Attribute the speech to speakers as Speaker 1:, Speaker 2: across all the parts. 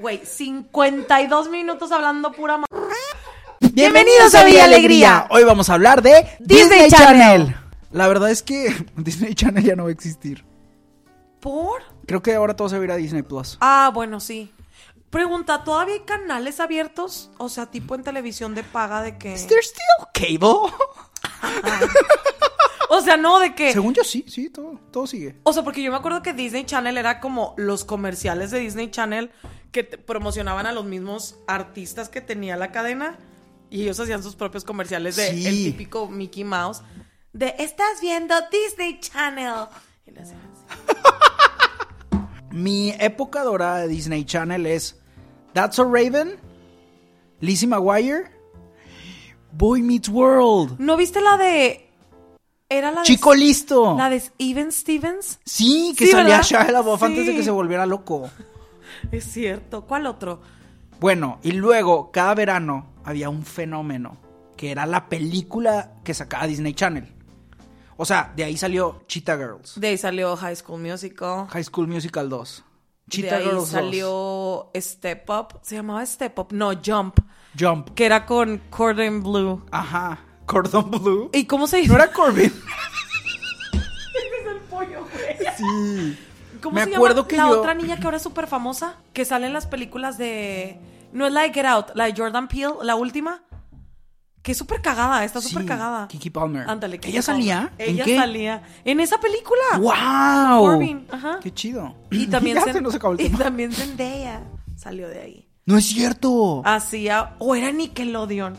Speaker 1: Güey, 52 minutos hablando pura ma-
Speaker 2: Bienvenidos a Villa Alegría. Hoy vamos a hablar de
Speaker 1: Disney
Speaker 2: Disney Channel.
Speaker 1: Channel.
Speaker 2: La verdad es que Disney Channel ya no va a existir.
Speaker 1: ¿Por?
Speaker 2: Creo que ahora todo se va a ir a Disney Plus.
Speaker 1: Ah, bueno, sí. Pregunta, ¿todavía hay canales abiertos? O sea, tipo en televisión de paga de que...
Speaker 2: ¿There's still cable?
Speaker 1: O sea, no, de que...
Speaker 2: Según yo sí, sí, todo, todo sigue.
Speaker 1: O sea, porque yo me acuerdo que Disney Channel era como los comerciales de Disney Channel que te- promocionaban a los mismos artistas que tenía la cadena y ellos hacían sus propios comerciales de
Speaker 2: Sí.
Speaker 1: el típico Mickey Mouse de estás viendo Disney Channel. Y le hacían así.
Speaker 2: Mi época dorada de Disney Channel es That's so Raven, Lizzie McGuire, Boy Meets World,
Speaker 1: ¿No viste la de era la de
Speaker 2: Chico Listo.
Speaker 1: la de Even Stevens?
Speaker 2: Sí, que
Speaker 1: Sí,
Speaker 2: salía
Speaker 1: ¿verdad?
Speaker 2: Shia LaBeouf antes de
Speaker 1: Sí.
Speaker 2: que se volviera loco.
Speaker 1: Es cierto. ¿Cuál otro?
Speaker 2: Bueno, y luego cada verano había un fenómeno que era la película que sacaba Disney Channel. O sea, de ahí salió Cheetah Girls,
Speaker 1: De ahí salió High School Musical.
Speaker 2: High School Musical 2,
Speaker 1: De
Speaker 2: Cheetah
Speaker 1: ahí
Speaker 2: Girls 2,
Speaker 1: salió Step Up. Se llamaba Step Up. No, Jump.
Speaker 2: Jump.
Speaker 1: Que era con Cordon Blue.
Speaker 2: Ajá, Cordon Blue.
Speaker 1: ¿Y cómo se
Speaker 2: ¿No
Speaker 1: dice?
Speaker 2: era Corbin?
Speaker 1: es el pollo, güey.
Speaker 2: Sí.
Speaker 1: ¿Cómo
Speaker 2: Me
Speaker 1: se
Speaker 2: acuerdo
Speaker 1: llama
Speaker 2: que
Speaker 1: la
Speaker 2: yo-
Speaker 1: otra niña que ahora es súper famosa? Que sale en las películas de... No es la de Get Out, la de Jordan Peele, la última. Que es súper cagada, está súper
Speaker 2: Sí,
Speaker 1: cagada.
Speaker 2: Kiki Palmer.
Speaker 1: Ándale, Kiki
Speaker 2: ¿Ella
Speaker 1: Palmer.
Speaker 2: salía? ¿En
Speaker 1: Ella
Speaker 2: qué?
Speaker 1: salía. En esa película.
Speaker 2: ¡Wow!
Speaker 1: Corbin, ajá.
Speaker 2: ¡Qué chido!
Speaker 1: Y también,
Speaker 2: Ya
Speaker 1: Zen-
Speaker 2: se nos acabó el
Speaker 1: y
Speaker 2: tema.
Speaker 1: también Zendaya salió de ahí.
Speaker 2: ¡No es cierto!
Speaker 1: Ah. Hacía, o era Nickelodeon,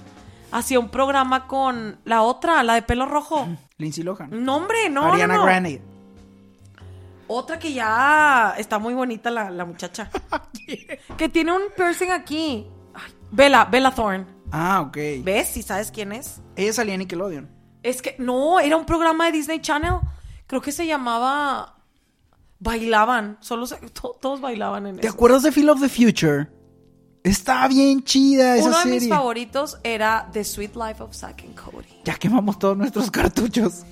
Speaker 1: hacía un programa con la otra, la de pelo rojo.
Speaker 2: Lindsay Lohan.
Speaker 1: No, hombre, no. no,
Speaker 2: Ariana
Speaker 1: no.
Speaker 2: Grande.
Speaker 1: Otra que ya está muy bonita la, la muchacha. que tiene un piercing aquí. Ay, Bella, Bella Thorne.
Speaker 2: Ah, ok.
Speaker 1: ¿Ves? Si sabes quién es.
Speaker 2: Ella salía en Nickelodeon.
Speaker 1: Es que, no, era un programa de Disney Channel. Creo que se llamaba... Bailaban, solo se- to- todos bailaban en
Speaker 2: ¿Te
Speaker 1: eso.
Speaker 2: acuerdas de Feel of the Future? Está bien chida esa
Speaker 1: Uno de
Speaker 2: serie.
Speaker 1: mis favoritos era The Sweet Life of Zack and Cody.
Speaker 2: Ya quemamos todos nuestros cartuchos.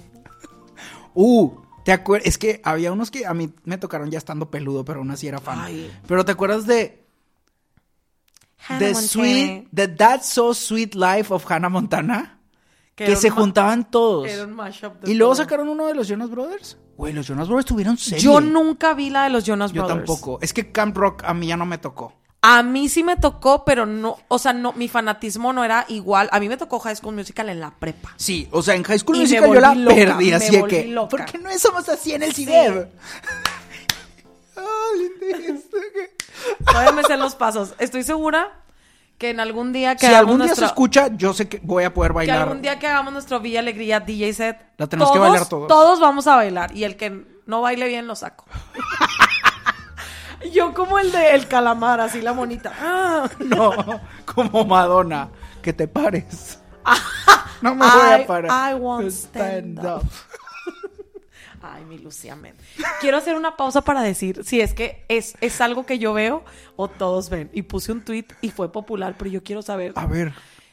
Speaker 2: Uh, ¿te acuerdas? Es que había unos que a mí me tocaron ya estando peludo, pero aún así era fan.
Speaker 1: Ay.
Speaker 2: Pero ¿te acuerdas de
Speaker 1: Hannah
Speaker 2: The
Speaker 1: Montana,
Speaker 2: Sweet, The That's So Sweet Life of Hannah Montana? Que,
Speaker 1: era un
Speaker 2: se
Speaker 1: ma-
Speaker 2: juntaban todos.
Speaker 1: Era un mashup de
Speaker 2: Y luego
Speaker 1: todo.
Speaker 2: sacaron uno de los Jonas Brothers. Güey, los Jonas Brothers tuvieron serie.
Speaker 1: Yo nunca vi la de los Jonas
Speaker 2: Yo
Speaker 1: Brothers.
Speaker 2: tampoco. Es que Camp Rock a mí ya no me tocó.
Speaker 1: A mí sí me tocó, pero no, o sea, no, mi fanatismo no era igual. A mí me tocó High School Musical en la prepa.
Speaker 2: Sí, o sea, en High School
Speaker 1: Y me
Speaker 2: Musical yo la
Speaker 1: volví loca,
Speaker 2: perdí,
Speaker 1: me
Speaker 2: así de
Speaker 1: volví
Speaker 2: que...
Speaker 1: loca.
Speaker 2: ¿Por qué no somos así en el CIDEB?
Speaker 1: Todavía me sé los pasos. Estoy segura que en algún día que
Speaker 2: si
Speaker 1: hagamos
Speaker 2: algún día
Speaker 1: nuestro-
Speaker 2: se escucha, yo sé que voy a poder
Speaker 1: que
Speaker 2: bailar.
Speaker 1: algún día que hagamos nuestro Villa Alegría DJ set,
Speaker 2: La tenemos que bailar todos.
Speaker 1: Todos vamos a bailar y el que no baile bien lo saco. Yo como el de El Calamar, así la monita. Ah.
Speaker 2: No, como Madonna, que te pares. No me voy
Speaker 1: I-
Speaker 2: a parar.
Speaker 1: I won't stand up. Ay, mi Lucía Men. Quiero hacer una pausa para decir si es que es, es algo que yo veo o todos ven. Y puse un tweet y fue popular, pero yo quiero saber.
Speaker 2: A ver,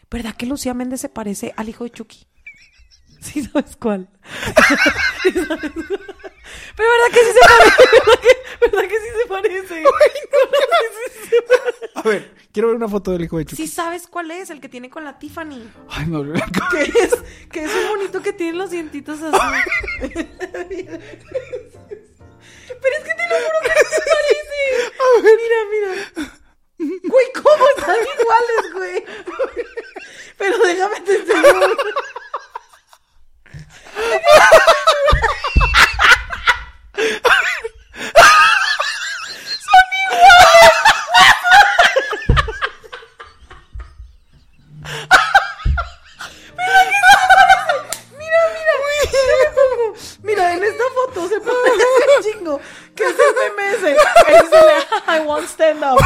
Speaker 1: ¿Verdad que Lucía Méndez se parece al hijo de Chucky? Sí, ¿sabes cuál? Pero ¿verdad que sí se parece? ¿Verdad que, verdad que sí se parece?
Speaker 2: a ver, quiero ver una foto del hijo de Chucky.
Speaker 1: Sí sabes cuál es, el que tiene con la Tiffany.
Speaker 2: Ay, me volvió la
Speaker 1: Que
Speaker 2: cabeza.
Speaker 1: es, que es un bonito que tiene los dientitos así. Pero es que te lo juro que sí se parece. Mira, mira. Güey, ¿cómo están iguales, güey? Pero déjame te enseño. Mira, mira. Mira, en esta foto se parece un chingo. Que es el meme ese one stand up.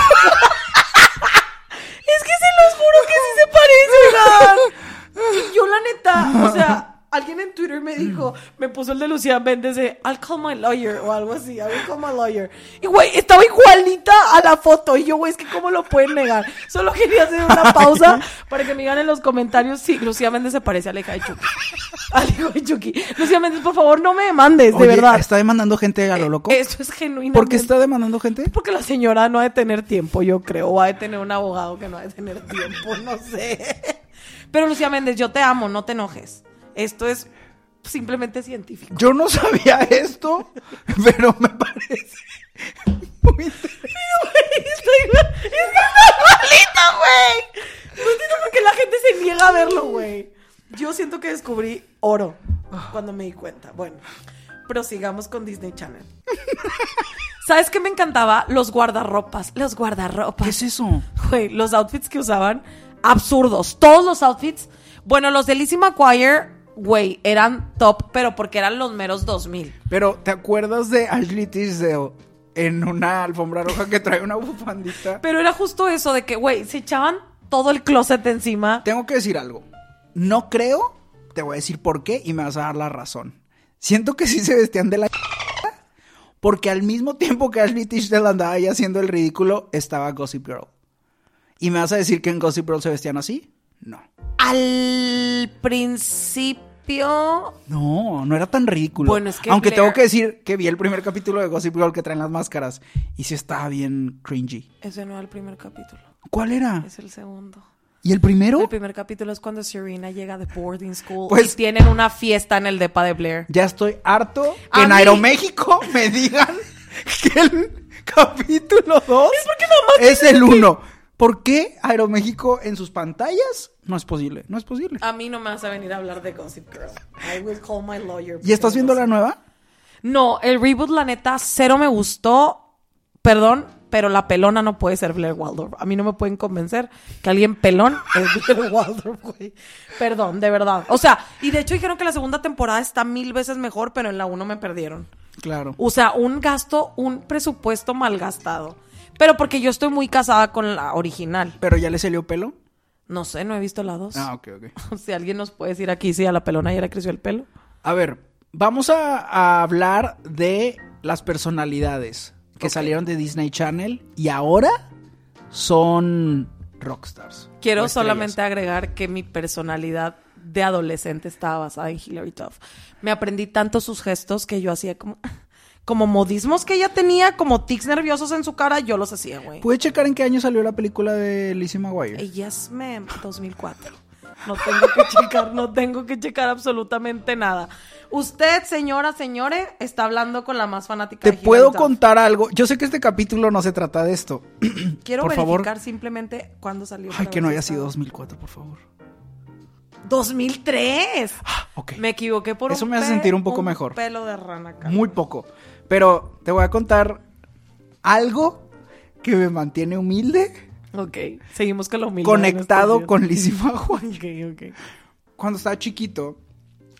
Speaker 1: es que se los juro que sí se parece, oigan. Y yo, la neta, o sea, alguien en Twitter me dijo, me puso el de Lucía Méndez de I'll call my lawyer o algo así, I'll call my lawyer. Y güey, estaba igualita a la foto. Y yo, güey, es que cómo lo pueden negar. Solo quería hacer una pausa para que me digan en los comentarios si Lucía Méndez se parece a Aleja de Chucky. Aleja de Chucky. Lucía Méndez, por favor, no me demandes, de
Speaker 2: Oye,
Speaker 1: verdad.
Speaker 2: ¿Está demandando gente a lo loco?
Speaker 1: Esto es genuino.
Speaker 2: ¿Por qué está demandando gente?
Speaker 1: Porque la señora no ha de tener tiempo, yo creo. O ha de tener un abogado que no ha de tener tiempo, no sé. Pero Lucía Méndez, yo te amo, no te enojes. Esto es simplemente científico.
Speaker 2: Yo no sabía esto, pero me parece muy
Speaker 1: Pues
Speaker 2: interesante.
Speaker 1: Estoy- Es que está malito, güey. No entiendo por qué la gente se niega a verlo, güey. Yo siento que descubrí oro cuando me di cuenta. Bueno, prosigamos con Disney Channel. ¿Sabes qué me encantaba? Los guardarropas. Los guardarropas.
Speaker 2: ¿Qué es eso?
Speaker 1: Güey, los outfits que usaban, absurdos. Todos los outfits. Bueno, los de Lizzie McGuire, güey, eran top, pero porque eran los meros 2000.
Speaker 2: Pero, ¿te acuerdas de Ashley Tisdale en una alfombra roja que trae una bufandita?
Speaker 1: Pero era justo eso de que, güey, se echaban todo el closet encima.
Speaker 2: Tengo que decir algo. No creo, te voy a decir por qué y me vas a dar la razón. Siento que sí se vestían de la porque al mismo tiempo que Ashley Tisdale andaba ahí haciendo el ridículo, estaba Gossip Girl. ¿Y me vas a decir que en Gossip Girl se vestían así? No.
Speaker 1: Al principio.
Speaker 2: No, no era tan ridículo.
Speaker 1: Bueno, es que
Speaker 2: Aunque
Speaker 1: Blair-
Speaker 2: tengo que decir que vi el primer capítulo de Gossip Girl que traen las máscaras y sí estaba bien cringy.
Speaker 1: Ese no era el primer capítulo,
Speaker 2: ¿Cuál era?
Speaker 1: es el segundo.
Speaker 2: ¿Y el primero?
Speaker 1: El primer capítulo es cuando Serena llega de boarding school
Speaker 2: Pues-
Speaker 1: y tienen una fiesta en el depa de Blair.
Speaker 2: Ya estoy harto que
Speaker 1: A
Speaker 2: en
Speaker 1: mí-
Speaker 2: Aeroméxico me digan que el capítulo 2 es el 1. ¿Por qué Aeroméxico en sus pantallas? No es posible, no es posible.
Speaker 1: A mí no me vas a venir a hablar de Gossip Girl. I will call my lawyer.
Speaker 2: ¿Y estás viendo la nueva?
Speaker 1: No, el reboot, la neta, cero me gustó. Perdón, pero la pelona no puede ser Blair Waldorf. A mí no me pueden convencer que alguien pelón es Blair Waldorf, güey. Perdón, de verdad. O sea, y de hecho dijeron que la segunda temporada está mil veces mejor, pero en la uno me perdieron.
Speaker 2: Claro.
Speaker 1: O sea, un gasto, un presupuesto malgastado. Pero porque yo estoy muy casada con la original.
Speaker 2: ¿Pero ya le salió pelo?
Speaker 1: No sé, no he visto la dos.
Speaker 2: Ah, ok, ok.
Speaker 1: Si alguien nos puede decir aquí si a la pelona ya le creció el pelo.
Speaker 2: A ver, vamos a, a hablar de las personalidades que salieron de Disney Channel y ahora son rockstars. o
Speaker 1: Quiero
Speaker 2: estrellas.
Speaker 1: solamente agregar que mi personalidad de adolescente estaba basada en Hilary Duff. Me aprendí tanto sus gestos que yo hacía como, como modismos que ella tenía, como tics nerviosos en su cara, yo los hacía, güey.
Speaker 2: ¿Puedes checar en qué año salió la película de Lizzie McGuire?
Speaker 1: Ella es 2004. No tengo que checar, no tengo que checar absolutamente nada. Usted, señora, señores, está hablando con la más fanática
Speaker 2: Te
Speaker 1: de Hilary
Speaker 2: puedo
Speaker 1: Duff.
Speaker 2: contar algo. Yo sé que este capítulo no se trata de esto.
Speaker 1: Quiero
Speaker 2: por favor.
Speaker 1: verificar simplemente cuándo salió.
Speaker 2: Ay,
Speaker 1: para
Speaker 2: que
Speaker 1: ver
Speaker 2: no
Speaker 1: si
Speaker 2: haya
Speaker 1: está-
Speaker 2: sido 2004, por favor.
Speaker 1: 2003.
Speaker 2: ok.
Speaker 1: Me equivoqué por
Speaker 2: Eso me hace sentir un poco
Speaker 1: pe-
Speaker 2: mejor.
Speaker 1: Pelo de rana, cara.
Speaker 2: Muy poco. Pero te voy a contar algo que me mantiene humilde,
Speaker 1: Ok, seguimos con lo humilde.
Speaker 2: conectado
Speaker 1: de nuestros
Speaker 2: con Lizzie McGuire.
Speaker 1: días. Ok, ok.
Speaker 2: Cuando estaba chiquito,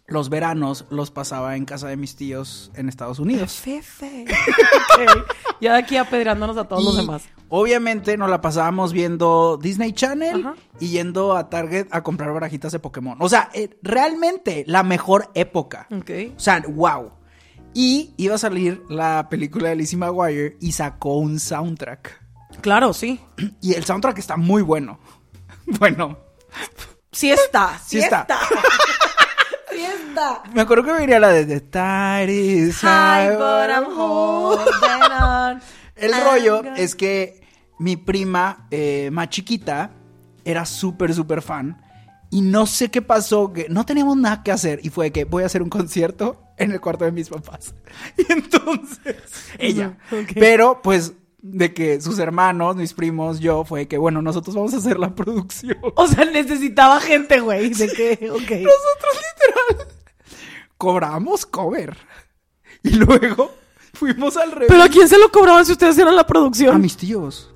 Speaker 2: los veranos los pasaba en casa de mis tíos en Estados Unidos.
Speaker 1: Fefe. Ok. Ya de aquí apedreándonos a todos los
Speaker 2: Y
Speaker 1: demás.
Speaker 2: Obviamente nos la pasábamos viendo Disney Channel
Speaker 1: Ajá.
Speaker 2: y yendo a Target a comprar barajitas de Pokémon. O sea, eh, realmente la mejor época.
Speaker 1: Ok.
Speaker 2: O sea, wow. Y iba a salir la película de Lizzie McGuire y sacó un soundtrack.
Speaker 1: Claro, sí.
Speaker 2: Y el soundtrack está muy bueno. Bueno,
Speaker 1: Sí está. Sí,
Speaker 2: Sí está.
Speaker 1: está. sí está.
Speaker 2: me acuerdo que venía la de The Tide is
Speaker 1: Hi,
Speaker 2: high,
Speaker 1: but I'm holding on.
Speaker 2: El
Speaker 1: I'm
Speaker 2: rollo
Speaker 1: gonna-
Speaker 2: es que mi prima eh, más chiquita era súper, súper fan. Y no sé qué pasó, que no teníamos nada que hacer. Y fue de que voy a hacer un concierto en el cuarto de mis papás. Y entonces, ella.
Speaker 1: Ujú, ok.
Speaker 2: Pero pues de que sus hermanos, mis primos, yo, fue de que bueno, nosotros vamos a hacer la producción.
Speaker 1: O sea, necesitaba gente, güey. De que, ok.
Speaker 2: Nosotros literal cobramos cover. Y luego fuimos al revés.
Speaker 1: Pero ¿a quién se lo cobraban si ustedes eran la
Speaker 2: A
Speaker 1: producción?
Speaker 2: mis tíos.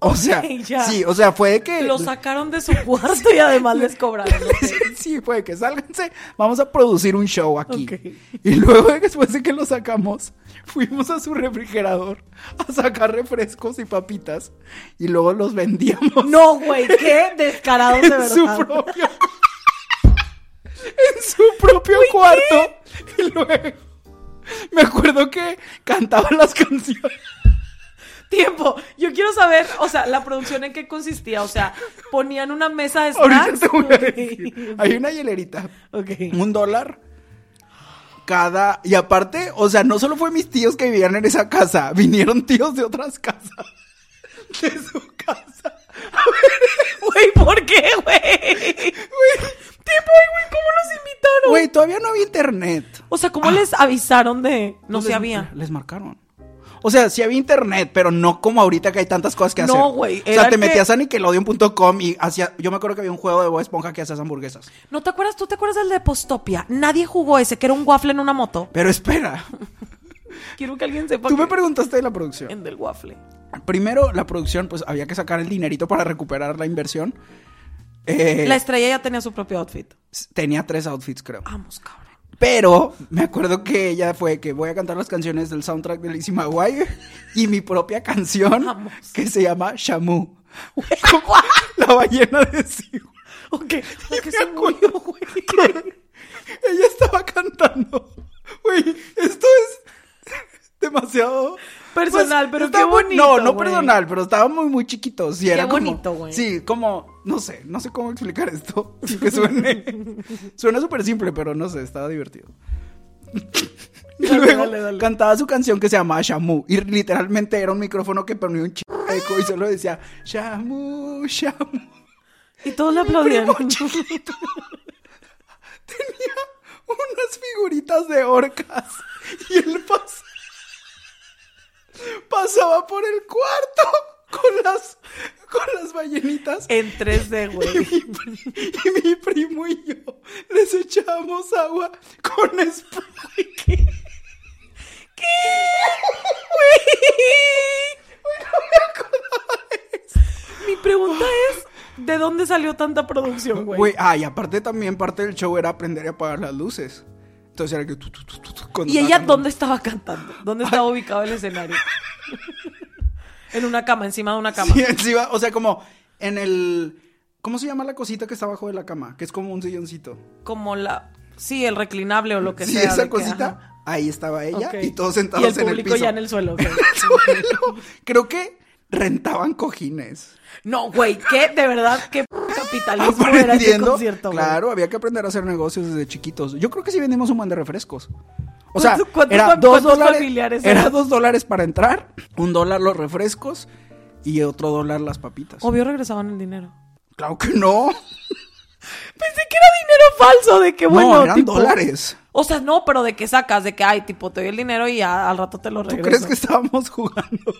Speaker 2: O sea,
Speaker 1: Ok, ya.
Speaker 2: sí, o sea, fue de que...
Speaker 1: Lo sacaron de su cuarto y además les cobraron.
Speaker 2: sí, fue de que sálganse, vamos a producir un show aquí.
Speaker 1: Ok.
Speaker 2: Y luego después de que lo sacamos, fuimos a su refrigerador a sacar refrescos y papitas y luego los vendíamos.
Speaker 1: No, güey, qué descarados de
Speaker 2: en su
Speaker 1: verdad.
Speaker 2: propio en su propio cuarto y luego me acuerdo que cantaba las canciones
Speaker 1: Tiempo. Yo quiero saber, o sea, la producción en qué consistía. O sea, ponían una mesa de
Speaker 2: ahorita
Speaker 1: snacks.
Speaker 2: te voy a
Speaker 1: Ok.
Speaker 2: decir hay una hielerita
Speaker 1: Ok.
Speaker 2: un dólar cada y aparte o sea no solo fue mis tíos que vivían en esa casa vinieron tíos de otras casas de su casa
Speaker 1: Güey, ¿por qué, güey? Tiempo, ay, güey, ¿cómo los invitaron?
Speaker 2: güey todavía no había internet
Speaker 1: O sea, ¿cómo les avisaron de no se
Speaker 2: les-
Speaker 1: había?
Speaker 2: Les marcaron. O sea, sí había internet, pero no como ahorita que hay tantas cosas que
Speaker 1: No,
Speaker 2: hacer.
Speaker 1: güey,
Speaker 2: O sea,
Speaker 1: era
Speaker 2: te
Speaker 1: que-
Speaker 2: metías a nickelodeon.com y hacía. Yo me acuerdo que había un juego de Bob Esponja que hacías hamburguesas.
Speaker 1: ¿No te acuerdas? ¿Tú te acuerdas del de Postopia? Nadie jugó ese, que era un waffle en una moto.
Speaker 2: Pero espera,
Speaker 1: Quiero que alguien sepa.
Speaker 2: tú me
Speaker 1: que-
Speaker 2: preguntaste de la producción.
Speaker 1: en del waffle.
Speaker 2: Primero, la producción, pues había que sacar el dinerito para recuperar la inversión. Eh,
Speaker 1: La estrella ya tenía su propio outfit.
Speaker 2: Tenía tres outfits, creo.
Speaker 1: Vamos, cabrón.
Speaker 2: Pero me acuerdo que ella fue que voy a cantar las canciones del soundtrack de Lizzie McGuire y mi propia canción
Speaker 1: Vamos.
Speaker 2: que se llama Shamu. la ballena de Siu.
Speaker 1: Ok, ok,
Speaker 2: me
Speaker 1: se
Speaker 2: acuerdo,
Speaker 1: murió, güey.
Speaker 2: Ella estaba cantando. Güey, esto es demasiado Pues,
Speaker 1: Personal, pero
Speaker 2: está
Speaker 1: qué
Speaker 2: muy-
Speaker 1: bonito,
Speaker 2: No, no
Speaker 1: güey.
Speaker 2: personal, pero estaba muy, muy chiquito. Sí,
Speaker 1: Qué
Speaker 2: era como-
Speaker 1: bonito, güey.
Speaker 2: Sí, como, no sé, no sé cómo explicar esto. sin que suene. suena súper simple, pero no sé, estaba divertido. Y
Speaker 1: Dale,
Speaker 2: luego
Speaker 1: dale, dale.
Speaker 2: cantaba su canción que se llamaba Shamu. Y literalmente era un micrófono que ponía un chico y solo decía Shamu, Shamu.
Speaker 1: Y todos le
Speaker 2: Mi
Speaker 1: aplaudían.
Speaker 2: primo chiquito tenía unas figuritas de orcas y él pas- pasaba por el cuarto con las con las ballenitas
Speaker 1: En 3D,
Speaker 2: y
Speaker 1: güey.
Speaker 2: mi, pri- y mi primo y yo les echábamos agua con Sprite. Güey, no me acordaba de eso.
Speaker 1: Mi pregunta es, ¿de dónde salió tanta producción, güey?
Speaker 2: Güey, ah, y aparte también parte del show era aprender a apagar las luces. Entonces era que... tu, tu, tu, tu, tu, cuando
Speaker 1: ¿Y ella
Speaker 2: estaba cantando.
Speaker 1: dónde estaba cantando? ¿Dónde estaba ubicado el escenario? En una cama, encima de una cama.
Speaker 2: Sí, encima, o sea, como en el... ¿Cómo se llama la cosita que está abajo de la cama? Que es como un silloncito.
Speaker 1: Como la... Sí, el reclinable o lo que
Speaker 2: Sí,
Speaker 1: sea. de
Speaker 2: esa
Speaker 1: que,
Speaker 2: cosita,
Speaker 1: ajá.
Speaker 2: ahí estaba ella
Speaker 1: Ok.
Speaker 2: y todos
Speaker 1: Y
Speaker 2: sentados
Speaker 1: el
Speaker 2: en el
Speaker 1: público
Speaker 2: piso.
Speaker 1: ya en el suelo. ok.
Speaker 2: suelo. Creo que rentaban cojines.
Speaker 1: No, güey, ¿qué? De verdad, qué capitalismo era ese
Speaker 2: aprendiendo.
Speaker 1: concierto, güey.
Speaker 2: claro, había que aprender a hacer negocios desde chiquitos. Yo creo que sí vendimos un buen de refrescos. O
Speaker 1: ¿Cuánto-
Speaker 2: sea,
Speaker 1: cuánto-
Speaker 2: era
Speaker 1: cuán-
Speaker 2: dos
Speaker 1: cuántos
Speaker 2: dólares,
Speaker 1: familiares
Speaker 2: era
Speaker 1: eran?
Speaker 2: dos dólares para entrar, un dólar los refrescos y otro dólar las papitas.
Speaker 1: Obvio regresaban el dinero.
Speaker 2: Claro que no.
Speaker 1: Pensé que era dinero falso, de que bueno.
Speaker 2: no, eran
Speaker 1: tipo-
Speaker 2: dólares.
Speaker 1: O sea, no, pero de que sacas, de que, ay, tipo, te doy el dinero y ya al rato te lo
Speaker 2: ¿Tú
Speaker 1: regreso.
Speaker 2: crees que estábamos jugando?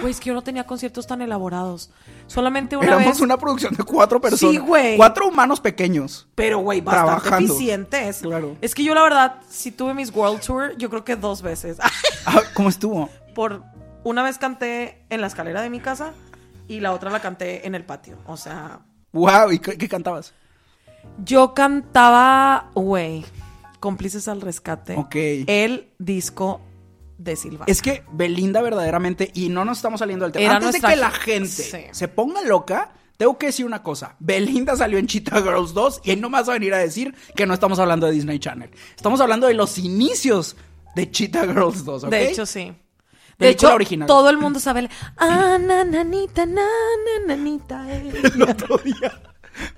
Speaker 1: Güey, es que yo no tenía conciertos tan elaborados. Solamente una
Speaker 2: Éramos
Speaker 1: vez.
Speaker 2: una producción de cuatro personas.
Speaker 1: Sí, güey.
Speaker 2: Cuatro humanos pequeños.
Speaker 1: Pero, güey, bastante
Speaker 2: Trabajando.
Speaker 1: eficientes.
Speaker 2: Claro.
Speaker 1: Es que yo, la verdad, si tuve mis World Tour, yo creo que dos veces.
Speaker 2: Ah, ¿Cómo estuvo?
Speaker 1: Por una vez canté en la escalera de mi casa y la otra la canté en el patio. O sea,
Speaker 2: Wow, ¿y qué, qué cantabas?
Speaker 1: Yo cantaba, güey, cómplices al rescate.
Speaker 2: Ok.
Speaker 1: El disco de Silva.
Speaker 2: Es que Belinda verdaderamente, y no nos estamos saliendo del tema.
Speaker 1: Era
Speaker 2: Antes de
Speaker 1: nuestra
Speaker 2: que la
Speaker 1: je-
Speaker 2: gente
Speaker 1: Sí.
Speaker 2: se ponga loca, tengo que decir una cosa. Belinda salió en Cheetah Girls 2 y no me vas a venir a decir que no estamos hablando de Disney Channel. Estamos hablando de los inicios de Cheetah Girls 2, ¿ok?
Speaker 1: De hecho, sí. De
Speaker 2: Película
Speaker 1: hecho,
Speaker 2: original.
Speaker 1: todo el mundo sabe. el, Ah, na, nanita, na, na, nanita. eh".
Speaker 2: el otro día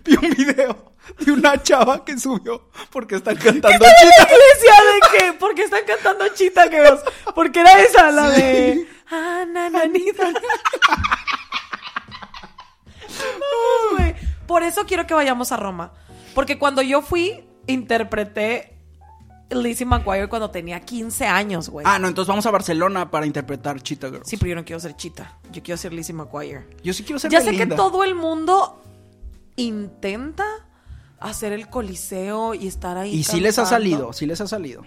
Speaker 2: vi un video de una chava que subió porque están cantando Cheetah
Speaker 1: ¿Qué decía de qué? ¿Por qué están cantando Chita Girls? Porque era esa, la
Speaker 2: Sí.
Speaker 1: de. Ah, na, nanita. na". No, güey. Por eso quiero que vayamos a Roma. Porque cuando yo fui, interpreté Lizzie McGuire cuando tenía 15 años, güey.
Speaker 2: Ah, no, entonces vamos a Barcelona para interpretar Cheetah Girls.
Speaker 1: Sí, pero yo no quiero ser Chita. Yo quiero ser Lizzie McGuire.
Speaker 2: Yo sí quiero ser
Speaker 1: Ya sé
Speaker 2: Belinda.
Speaker 1: que todo el mundo intenta hacer el coliseo y estar ahí.
Speaker 2: Y sí les ha
Speaker 1: cantando.
Speaker 2: salido, sí les ha salido.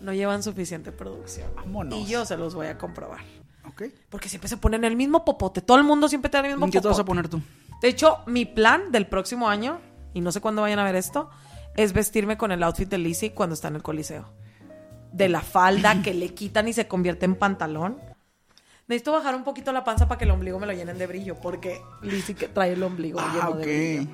Speaker 1: No llevan suficiente producción.
Speaker 2: Vámonos.
Speaker 1: Y yo se los voy a comprobar.
Speaker 2: Ok. Ok.
Speaker 1: Porque siempre se ponen el mismo popote. Todo el mundo siempre tiene el mismo
Speaker 2: ¿En qué te vas
Speaker 1: popote.
Speaker 2: a poner tú?
Speaker 1: De hecho, mi plan del próximo año, y no sé cuándo vayan a ver esto, es vestirme con el outfit de Lizzie cuando está en el coliseo. De la falda que le quitan y se convierte en pantalón. Necesito bajar un poquito la panza para que el ombligo me lo llenen de brillo, porque Lizzie que trae el ombligo
Speaker 2: Ah,
Speaker 1: lleno
Speaker 2: ok.
Speaker 1: de brillo.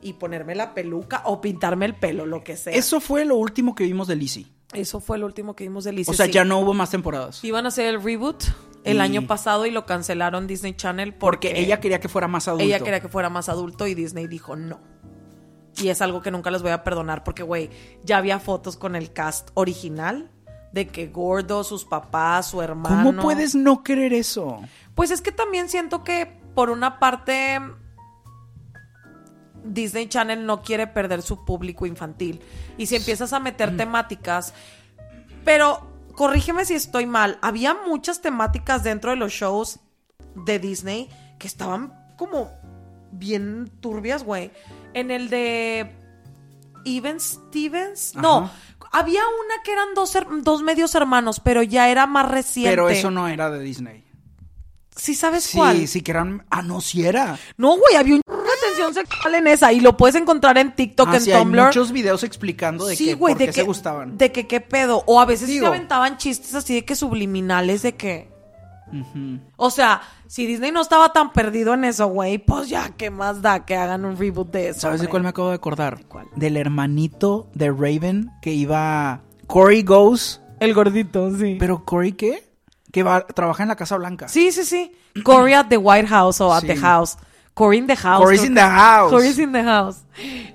Speaker 1: Y ponerme la peluca o pintarme el pelo, lo que sea.
Speaker 2: Eso fue lo último que vimos de Lizzie.
Speaker 1: Eso fue lo último que vimos de Lizzie.
Speaker 2: O sea,
Speaker 1: sí.
Speaker 2: ya no hubo más temporadas.
Speaker 1: Iban a hacer el reboot el
Speaker 2: Y-
Speaker 1: año pasado y lo cancelaron Disney Channel porque,
Speaker 2: Porque ella quería que fuera más adulto.
Speaker 1: Ella quería que fuera más adulto y Disney dijo no. Y es algo que nunca les voy a perdonar porque, güey, ya había fotos con el cast original de que Gordo, sus papás, su hermano.
Speaker 2: ¿Cómo puedes no querer eso?
Speaker 1: Pues es que también siento que por una parte Disney Channel no quiere perder su público infantil. Y si empiezas a meter temáticas, pero corrígeme si estoy mal, había muchas temáticas dentro de los shows de Disney que estaban como bien turbias, güey. En el de Even Stevens, no.
Speaker 2: Ajá.
Speaker 1: Había una que eran dos, her- dos medios hermanos, pero ya era más reciente.
Speaker 2: Pero eso no era de Disney.
Speaker 1: ¿Sí sabes
Speaker 2: Sí,
Speaker 1: cuál?
Speaker 2: sí que eran. Ah, no, sí era.
Speaker 1: No, güey, había un chingo de atención sexual en esa y lo puedes encontrar en TikTok,
Speaker 2: Ah,
Speaker 1: en
Speaker 2: sí, hay
Speaker 1: Tumblr.
Speaker 2: muchos videos explicando de
Speaker 1: sí,
Speaker 2: que
Speaker 1: güey,
Speaker 2: por
Speaker 1: de
Speaker 2: qué
Speaker 1: que
Speaker 2: se gustaban.
Speaker 1: De que qué pedo. O a veces sí se
Speaker 2: Digo.
Speaker 1: aventaban chistes así de que subliminales de que. O sea, si Disney no estaba tan perdido en eso, güey, pues ya, ¿qué más da que hagan un reboot de eso?
Speaker 2: ¿Sabes de
Speaker 1: hombre?
Speaker 2: cuál me acabo de acordar?
Speaker 1: cuál?
Speaker 2: Del hermanito de Raven que iba. Corey Goes.
Speaker 1: El gordito, sí.
Speaker 2: ¿Pero Corey qué? Que va, trabaja en la Casa Blanca.
Speaker 1: Sí, sí, sí. Corey at the White House o at
Speaker 2: Sí.
Speaker 1: the House. Corey in the House.
Speaker 2: Corey's
Speaker 1: creo
Speaker 2: in
Speaker 1: que-
Speaker 2: the house.
Speaker 1: Corey's in the House.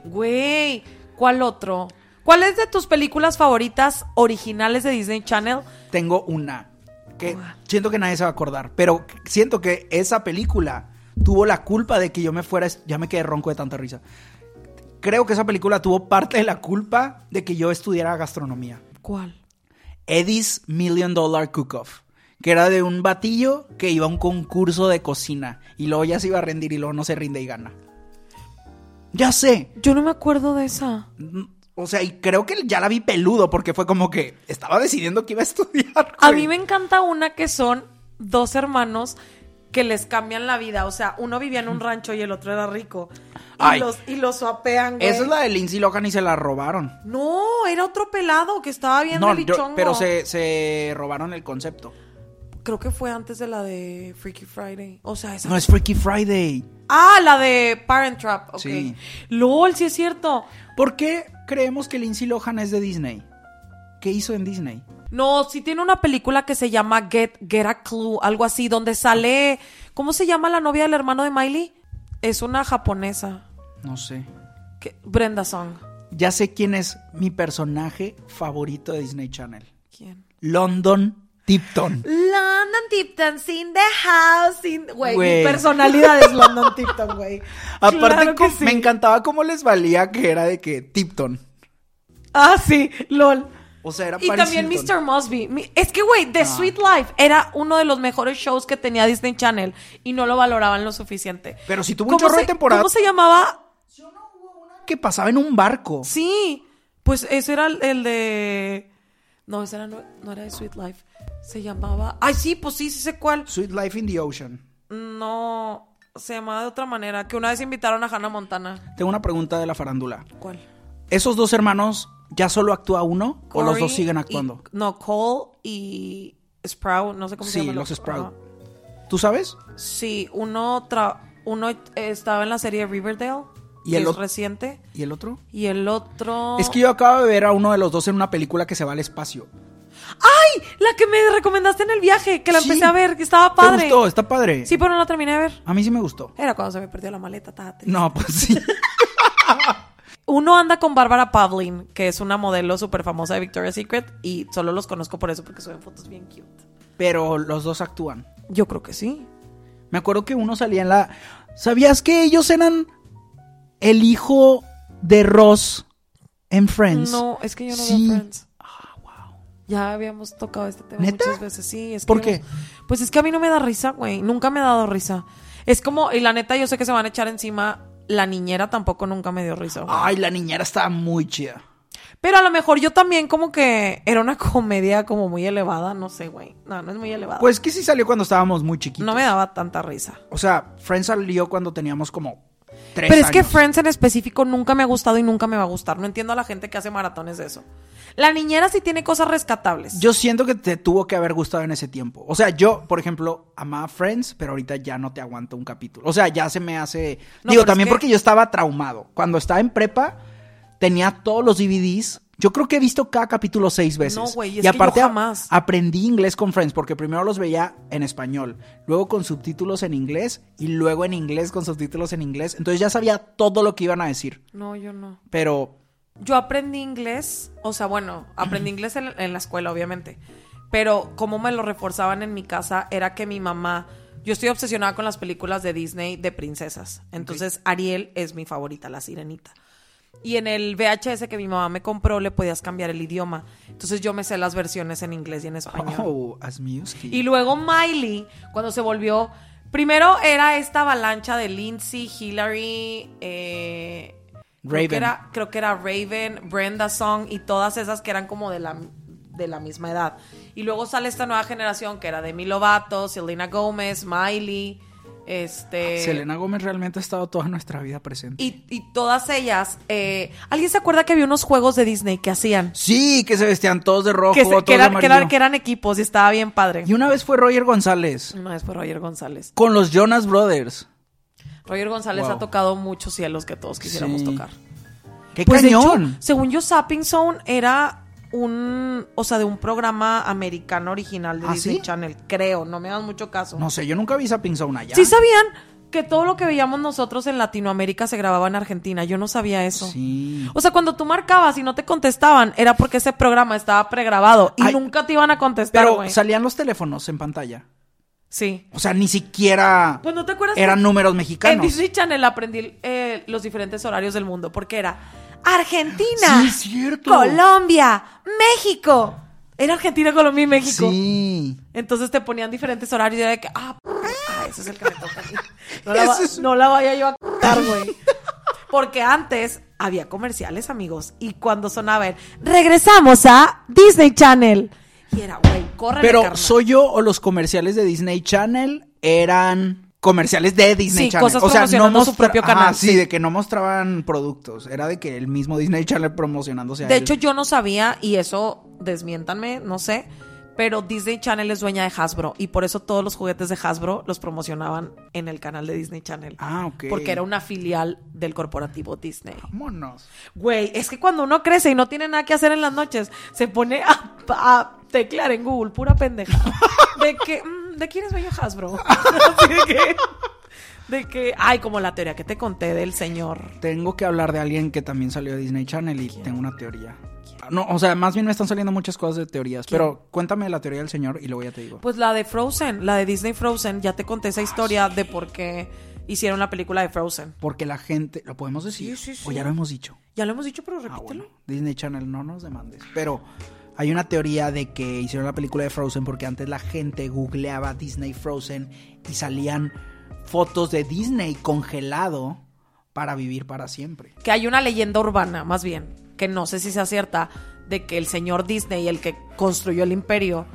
Speaker 1: Güey, ¿cuál otro? ¿Cuál es de tus películas favoritas originales de Disney Channel?
Speaker 2: Tengo una que siento que nadie se va a acordar, pero siento que esa película tuvo la culpa de que yo me fuera. Ya me quedé ronco de tanta risa. Creo que esa película tuvo parte de la culpa de que yo estudiara gastronomía.
Speaker 1: ¿Cuál?
Speaker 2: Eddie's Million Dollar Cook-Off, que era de un batillo que iba a un concurso de cocina y luego ya se iba a rendir y luego no se rinde y gana. Ya sé.
Speaker 1: Yo no me acuerdo de esa.
Speaker 2: Mm, O sea, y creo que ya la vi peludo porque fue como que estaba decidiendo que iba a estudiar.
Speaker 1: A
Speaker 2: güey.
Speaker 1: mí me encanta una que son dos hermanos que les cambian la vida. O sea, uno vivía en un rancho y el otro era rico. Y
Speaker 2: Ay.
Speaker 1: los, y los swapean, güey.
Speaker 2: Esa es la de Lindsay Lohan y se la robaron.
Speaker 1: No, era otro pelado que estaba bien
Speaker 2: No, yo-
Speaker 1: relichongo.
Speaker 2: pero se, se robaron el concepto.
Speaker 1: Creo que fue antes de la de Freaky Friday. O sea, esa.
Speaker 2: No es Freaky Friday.
Speaker 1: Ah, la de Parent Trap. Ok.
Speaker 2: Sí.
Speaker 1: LOL, sí es cierto.
Speaker 2: ¿Por qué creemos que Lindsay Lohan es de Disney? ¿Qué hizo en Disney?
Speaker 1: No, sí tiene una película que se llama Get, Get a Clue, algo así, donde sale. ¿Cómo se llama la novia del hermano de Miley? Es una japonesa.
Speaker 2: No sé.
Speaker 1: que- Brenda Song.
Speaker 2: Ya sé quién es mi personaje favorito de Disney Channel.
Speaker 1: ¿Quién?
Speaker 2: London Tipton.
Speaker 1: London Tipton, in the house. in- Güey, mi
Speaker 2: Güey.
Speaker 1: personalidad es London Tipton, güey.
Speaker 2: Aparte,
Speaker 1: Claro que
Speaker 2: com-
Speaker 1: sí.
Speaker 2: me encantaba cómo les valía que era de que Tipton.
Speaker 1: Ah, sí, LOL.
Speaker 2: O sea, era
Speaker 1: Y
Speaker 2: Paris
Speaker 1: también
Speaker 2: Hilton. Ah.
Speaker 1: Mr. Mosby. Mi- Es que, güey, The Sweet Life era uno de los mejores shows que tenía Disney Channel y no lo valoraban lo suficiente.
Speaker 2: Pero si tuvo un
Speaker 1: ¿Cómo
Speaker 2: chorro de
Speaker 1: se-
Speaker 2: temporada.
Speaker 1: ¿Cómo se llamaba?
Speaker 2: Que pasaba en un barco.
Speaker 1: Sí, pues ese era el, el de... No, ese era, no, no era de Sweet Life. Se llamaba... Ay, sí, pues sí, sí sé cuál.
Speaker 2: Sweet Life in the Ocean.
Speaker 1: No, se llamaba de otra manera. Que una vez invitaron a Hannah Montana.
Speaker 2: Tengo una pregunta de la farándula.
Speaker 1: ¿Cuál?
Speaker 2: ¿Esos dos hermanos ya solo actúa uno o los
Speaker 1: Corey
Speaker 2: dos siguen
Speaker 1: y-
Speaker 2: actuando?
Speaker 1: no, Cole y Sprout, no sé cómo se
Speaker 2: Sí,
Speaker 1: llama. el
Speaker 2: los
Speaker 1: otro.
Speaker 2: Sprout. ¿Tú sabes?
Speaker 1: Ajá. Sí, uno, tra- uno eh, estaba en la serie Riverdale,
Speaker 2: Y
Speaker 1: que
Speaker 2: el
Speaker 1: es
Speaker 2: ot-
Speaker 1: reciente.
Speaker 2: ¿Y el otro?
Speaker 1: Y el otro...
Speaker 2: Es que yo acabo de ver a uno de los dos en una película que se va al espacio.
Speaker 1: ¡Ay! La que me recomendaste en el viaje, que la
Speaker 2: Sí.
Speaker 1: empecé a ver, que estaba padre.
Speaker 2: ¿Te gustó? Está padre.
Speaker 1: Sí, pero no la terminé de ver.
Speaker 2: A mí sí me gustó.
Speaker 1: Era cuando se me perdió la maleta, estaba triste.
Speaker 2: No, pues sí.
Speaker 1: Uno anda con Bárbara Pavlin, que es una modelo súper famosa de Victoria's Secret, y solo los conozco por eso, porque suben fotos bien cute.
Speaker 2: Pero los dos actúan.
Speaker 1: Yo creo que sí.
Speaker 2: Me acuerdo que uno salía en la. ¿Sabías que ellos eran el hijo de Ross en Friends?
Speaker 1: No, es que yo no
Speaker 2: Sí.
Speaker 1: veo
Speaker 2: Ah,
Speaker 1: Friends. Ya habíamos tocado este tema
Speaker 2: ¿Neta?
Speaker 1: muchas veces, sí. Es que
Speaker 2: ¿Por
Speaker 1: yo no-
Speaker 2: qué?
Speaker 1: Pues es que a mí no me da risa, güey. Nunca me ha dado risa. Es como, y la neta, yo sé que se
Speaker 2: Ah.
Speaker 1: van a echar encima. La niñera tampoco nunca me dio risa. güey.
Speaker 2: Ay, la niñera estaba muy chida.
Speaker 1: Pero a lo mejor yo también como que era una comedia como muy elevada, no sé, güey. No, no es muy elevada.
Speaker 2: Pues que sí salió cuando estábamos muy chiquitos.
Speaker 1: no me daba tanta risa.
Speaker 2: O sea, Friends salió cuando teníamos como tres
Speaker 1: Pero es que
Speaker 2: años.
Speaker 1: Friends en específico nunca me ha gustado y nunca me va a gustar. No entiendo a la gente que hace maratones de eso. La niñera sí tiene cosas rescatables.
Speaker 2: Yo siento que te tuvo que haber gustado en ese tiempo. O sea, yo, por ejemplo, amaba Friends, pero ahorita ya no te aguanto un capítulo. O sea, ya se me hace...
Speaker 1: No, pero
Speaker 2: Digo,
Speaker 1: es
Speaker 2: también
Speaker 1: que-
Speaker 2: porque yo estaba traumado. Cuando estaba en prepa, tenía todos los DVDs. Yo creo que he visto cada capítulo seis veces.
Speaker 1: No, güey, es
Speaker 2: y
Speaker 1: que yo
Speaker 2: aparte a-
Speaker 1: jamás.
Speaker 2: aprendí inglés con Friends, porque primero los veía en español, luego con subtítulos en inglés y luego en inglés con subtítulos en inglés. Entonces ya sabía todo lo que iban a decir.
Speaker 1: No, yo no.
Speaker 2: Pero
Speaker 1: Yo aprendí inglés, o sea, bueno, aprendí inglés en, en la escuela, obviamente. Pero como me lo reforzaban en mi casa era que mi mamá. Yo estoy obsesionada con las películas de Disney de princesas. Entonces, Ariel es mi favorita, la sirenita. Y en el VHS que mi mamá me compró, le podías cambiar el idioma. Entonces, yo me sé las versiones en inglés y en español.
Speaker 2: Oh, as music.
Speaker 1: Y luego Miley, cuando se volvió. Primero era esta avalancha de Lindsay, Hillary, eh, Creo que,
Speaker 2: Raven.
Speaker 1: era, creo que era Raven, Brenda Song y todas esas que eran como de la, de la misma edad. Y luego sale esta nueva generación que era Demi Lovato, Selena Gomez, Miley, este.
Speaker 2: Selena Gómez realmente ha estado toda nuestra vida presente.
Speaker 1: Y, y todas ellas. eh, ¿Alguien se acuerda que había unos juegos de Disney que hacían?
Speaker 2: Sí, que se vestían todos de rojo,
Speaker 1: Que, se-
Speaker 2: todos
Speaker 1: que
Speaker 2: de
Speaker 1: eran, que,
Speaker 2: amarillo.
Speaker 1: eran, que eran equipos y estaba bien padre.
Speaker 2: Y una vez fue Roger González
Speaker 1: Una vez fue Roger González.
Speaker 2: con los Jonas Brothers.
Speaker 1: Roger González
Speaker 2: Wow.
Speaker 1: ha tocado muchos cielos que todos quisiéramos
Speaker 2: Sí.
Speaker 1: tocar.
Speaker 2: ¡Qué
Speaker 1: Pues de
Speaker 2: cañón!
Speaker 1: hecho, según yo, Sapping Zone era un, o sea, de un programa americano original de
Speaker 2: ¿Ah,
Speaker 1: Disney
Speaker 2: sí?
Speaker 1: Channel, creo, no me hagan mucho caso.
Speaker 2: no sé, yo nunca vi Zapping Zone allá.
Speaker 1: Sí sabían que todo lo que veíamos nosotros en Latinoamérica se grababa en Argentina, yo no sabía eso.
Speaker 2: Sí.
Speaker 1: O sea, cuando tú marcabas y no te contestaban, era porque ese programa estaba pregrabado y
Speaker 2: Ay,
Speaker 1: nunca te iban a contestar,
Speaker 2: Pero
Speaker 1: güey.
Speaker 2: salían los teléfonos en pantalla.
Speaker 1: Sí.
Speaker 2: O sea, ni siquiera
Speaker 1: Pues no te acuerdas
Speaker 2: eran
Speaker 1: que-
Speaker 2: números
Speaker 1: En
Speaker 2: mexicanos.
Speaker 1: Disney Channel aprendí eh, los diferentes horarios del mundo, porque era Argentina,
Speaker 2: Sí, es cierto.
Speaker 1: Colombia, México. Era Argentina, Colombia y México.
Speaker 2: Sí.
Speaker 1: Entonces te ponían diferentes horarios y era de que, ah, p- ah, ese es el que me toca. a mí. No la, va-
Speaker 2: Ese es-
Speaker 1: no la vaya yo a contar, güey. Porque antes había comerciales, amigos, y cuando sonaba el, regresamos a Disney Channel. Y era, güey, corre.
Speaker 2: Pero soy yo o los comerciales de Disney Channel eran comerciales de Disney
Speaker 1: Sí,
Speaker 2: Channel.
Speaker 1: cosas
Speaker 2: o sea, no
Speaker 1: promocionando su
Speaker 2: mostra-
Speaker 1: propio
Speaker 2: Ajá,
Speaker 1: canal,
Speaker 2: sí,
Speaker 1: sí.
Speaker 2: de que no mostraban productos. Era de que el mismo Disney Channel promocionándose. a
Speaker 1: De
Speaker 2: él.
Speaker 1: hecho, yo no sabía, y eso desmiéntanme, no sé, pero Disney Channel es dueña de Hasbro y por eso todos los juguetes de Hasbro los promocionaban en el canal de Disney Channel.
Speaker 2: Ah, ok.
Speaker 1: Porque era una filial del corporativo Disney.
Speaker 2: Vámonos.
Speaker 1: Güey, es que cuando uno crece y no tiene nada que hacer en las noches, se pone a, a teclear en Google, pura pendeja. De que, mm, ¿de quién es dueño Hasbro? Así de que, de que, ay, como la teoría que te conté del señor.
Speaker 2: Tengo que hablar de alguien que también salió de Disney Channel y tengo una teoría. No, o sea, más bien me están saliendo muchas cosas de teorías, pero cuéntame la teoría del señor y luego ya te digo.
Speaker 1: Pues la de Frozen, la de Disney Frozen, ya te conté esa historia de por qué hicieron la película de Frozen.
Speaker 2: Porque la gente, ¿lo podemos decir?
Speaker 1: Sí, sí, sí.
Speaker 2: O ya lo hemos dicho.
Speaker 1: Ya lo hemos dicho, pero
Speaker 2: Ah,
Speaker 1: repítelo.
Speaker 2: bueno. Disney Channel, no nos demandes. Pero hay una teoría de que hicieron la película de Frozen porque antes la gente googleaba Disney Frozen y salían fotos de Disney congelado para vivir para siempre.
Speaker 1: Que hay una leyenda urbana, más bien, que no sé si sea cierta, de que el señor Disney, el que construyó el imperio,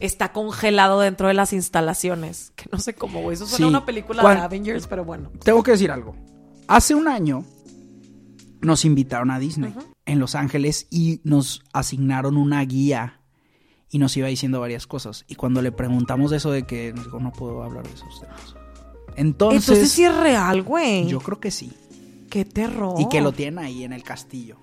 Speaker 1: está congelado dentro de las instalaciones. Que no sé cómo, güey. Eso suena
Speaker 2: Sí.
Speaker 1: a una película
Speaker 2: Cuan-
Speaker 1: de Avengers, pero bueno.
Speaker 2: Tengo que decir algo. Hace un año nos invitaron a Disney en Los Ángeles y nos asignaron una guía y nos iba diciendo varias cosas. Y cuando le preguntamos eso de que nos dijo, no puedo hablar de esos temas. Entonces,
Speaker 1: Entonces sí es Oh. real, güey.
Speaker 2: yo creo que sí.
Speaker 1: Qué terror.
Speaker 2: Y que lo tiene ahí en el castillo.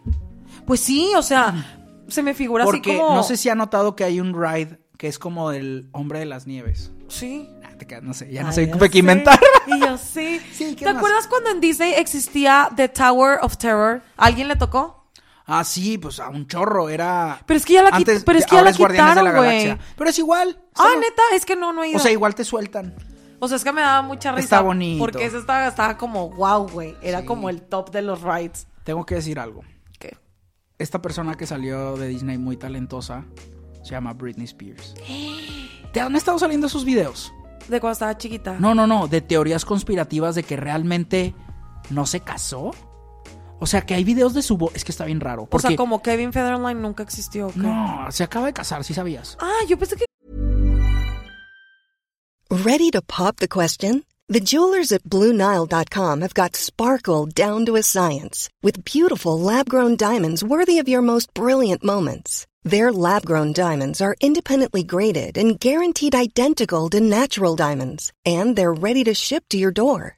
Speaker 1: Pues sí, o sea, se me figura
Speaker 2: Porque
Speaker 1: así como.
Speaker 2: no sé si ha notado que hay un ride que es como el hombre de las nieves.
Speaker 1: Sí.
Speaker 2: Nah, te quedas- no sé, ya no
Speaker 1: Ay,
Speaker 2: sé
Speaker 1: yo
Speaker 2: qué
Speaker 1: Ah, sé,
Speaker 2: inventar.
Speaker 1: Y yo sí.
Speaker 2: Sí,
Speaker 1: ¿Te
Speaker 2: ¿qué más?
Speaker 1: acuerdas cuando en Disney existía The Tower of Terror? ¿Alguien le tocó?
Speaker 2: Ah, sí, pues a un chorro, era...
Speaker 1: Pero es que ya la qui- pero es que ya
Speaker 2: ahora
Speaker 1: la
Speaker 2: Guardianes de la
Speaker 1: quitaron,
Speaker 2: Galaxia.
Speaker 1: güey.
Speaker 2: Pero es igual.
Speaker 1: Ah,
Speaker 2: Solo-
Speaker 1: neta, es que no, no he ido.
Speaker 2: O sea, igual te sueltan.
Speaker 1: es que me daba mucha risa.
Speaker 2: Está bonito.
Speaker 1: Porque eso estaba, estaba como wow, güey. Era como el top de los rides.
Speaker 2: Tengo que decir algo.
Speaker 1: ¿Qué?
Speaker 2: Esta persona que salió de Disney muy talentosa se llama Britney Spears. ¿Te han estado saliendo sus videos?
Speaker 1: De cuando estaba chiquita.
Speaker 2: No, no, no, de teorías conspirativas de que realmente no se casó. O sea, que hay videos de su voz. Es que está bien raro.
Speaker 1: O
Speaker 2: Porque...
Speaker 1: sea, como Kevin Federline nunca existió. ¿ok?
Speaker 2: No, se acaba de casar, sí sabías.
Speaker 1: Ah, yo pensé que
Speaker 3: Ready to pop the question? The jewelers at BlueNile.com have got sparkle down to a science with beautiful lab grown diamonds worthy of your most brilliant moments. Their lab grown diamonds are independently graded and guaranteed identical to natural diamonds, and they're ready to ship to your door.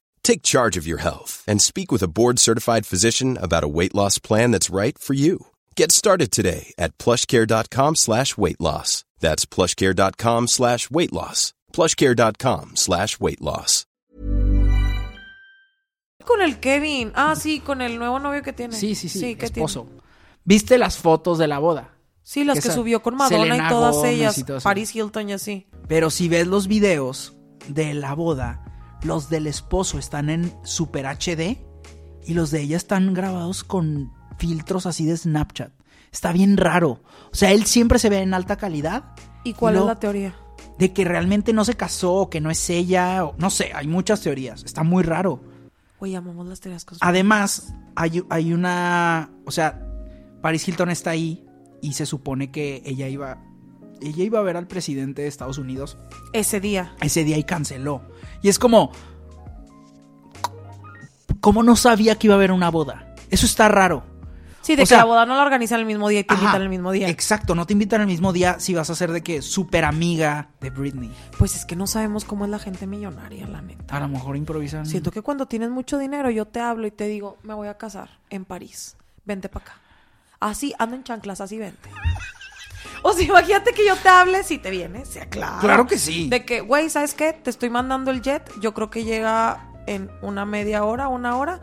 Speaker 4: Take charge of your health and speak with a board-certified physician about a weight loss plan that's right for you. Get started today at plushcare.com slash weight loss. That's plushcare.com slash weight loss. plushcare.com slash weight loss.
Speaker 1: con el Kevin. Ah, sí, con el nuevo novio que tiene.
Speaker 2: Sí, sí, sí,
Speaker 1: ¿qué tiene?
Speaker 2: esposo. ¿Viste las fotos de la boda?
Speaker 1: Sí, las que
Speaker 2: Esa-
Speaker 1: subió con Madonna
Speaker 2: Selena
Speaker 1: y todas
Speaker 2: Gómez y
Speaker 1: ellas.
Speaker 2: todo eso.
Speaker 1: Paris Hilton y así.
Speaker 2: Pero si ves los videos de la boda, los del esposo están en Super HD y los de ella están grabados con filtros así de Snapchat. Está bien raro. O sea, él siempre se ve en alta calidad
Speaker 1: ¿Y cuál
Speaker 2: No.
Speaker 1: es la teoría?
Speaker 2: de que realmente no se casó, que no es ella, o- no sé, hay muchas teorías. Está muy raro.
Speaker 1: Oye, amamos las teorías con
Speaker 2: Además, hay, hay una. O sea, Paris Hilton está ahí y se supone que ella iba. Ella iba a ver al presidente de Estados Unidos
Speaker 1: Ese día.
Speaker 2: ese día y canceló. Y es como. ¿Cómo no sabía que iba a haber una boda? Eso está raro.
Speaker 1: Sí, de
Speaker 2: O
Speaker 1: que
Speaker 2: sea-
Speaker 1: la boda no la organizan el mismo día y te
Speaker 2: Ajá,
Speaker 1: invitan el mismo día.
Speaker 2: Exacto, no te invitan el mismo día si vas a ser de que súper amiga de Britney.
Speaker 1: Pues es que no sabemos cómo es la gente millonaria, la neta.
Speaker 2: A lo mejor improvisan.
Speaker 1: Siento que cuando tienes mucho dinero, yo te hablo y te digo, me voy a casar en París. Vente para acá. Así, ando en chanclas, así vente. O sea, imagínate que yo te hable si te vienes, sea claro.
Speaker 2: Claro que sí.
Speaker 1: Ah, De que, güey, ¿sabes qué? Te estoy mandando el jet. Yo creo que llega en una media hora, una hora.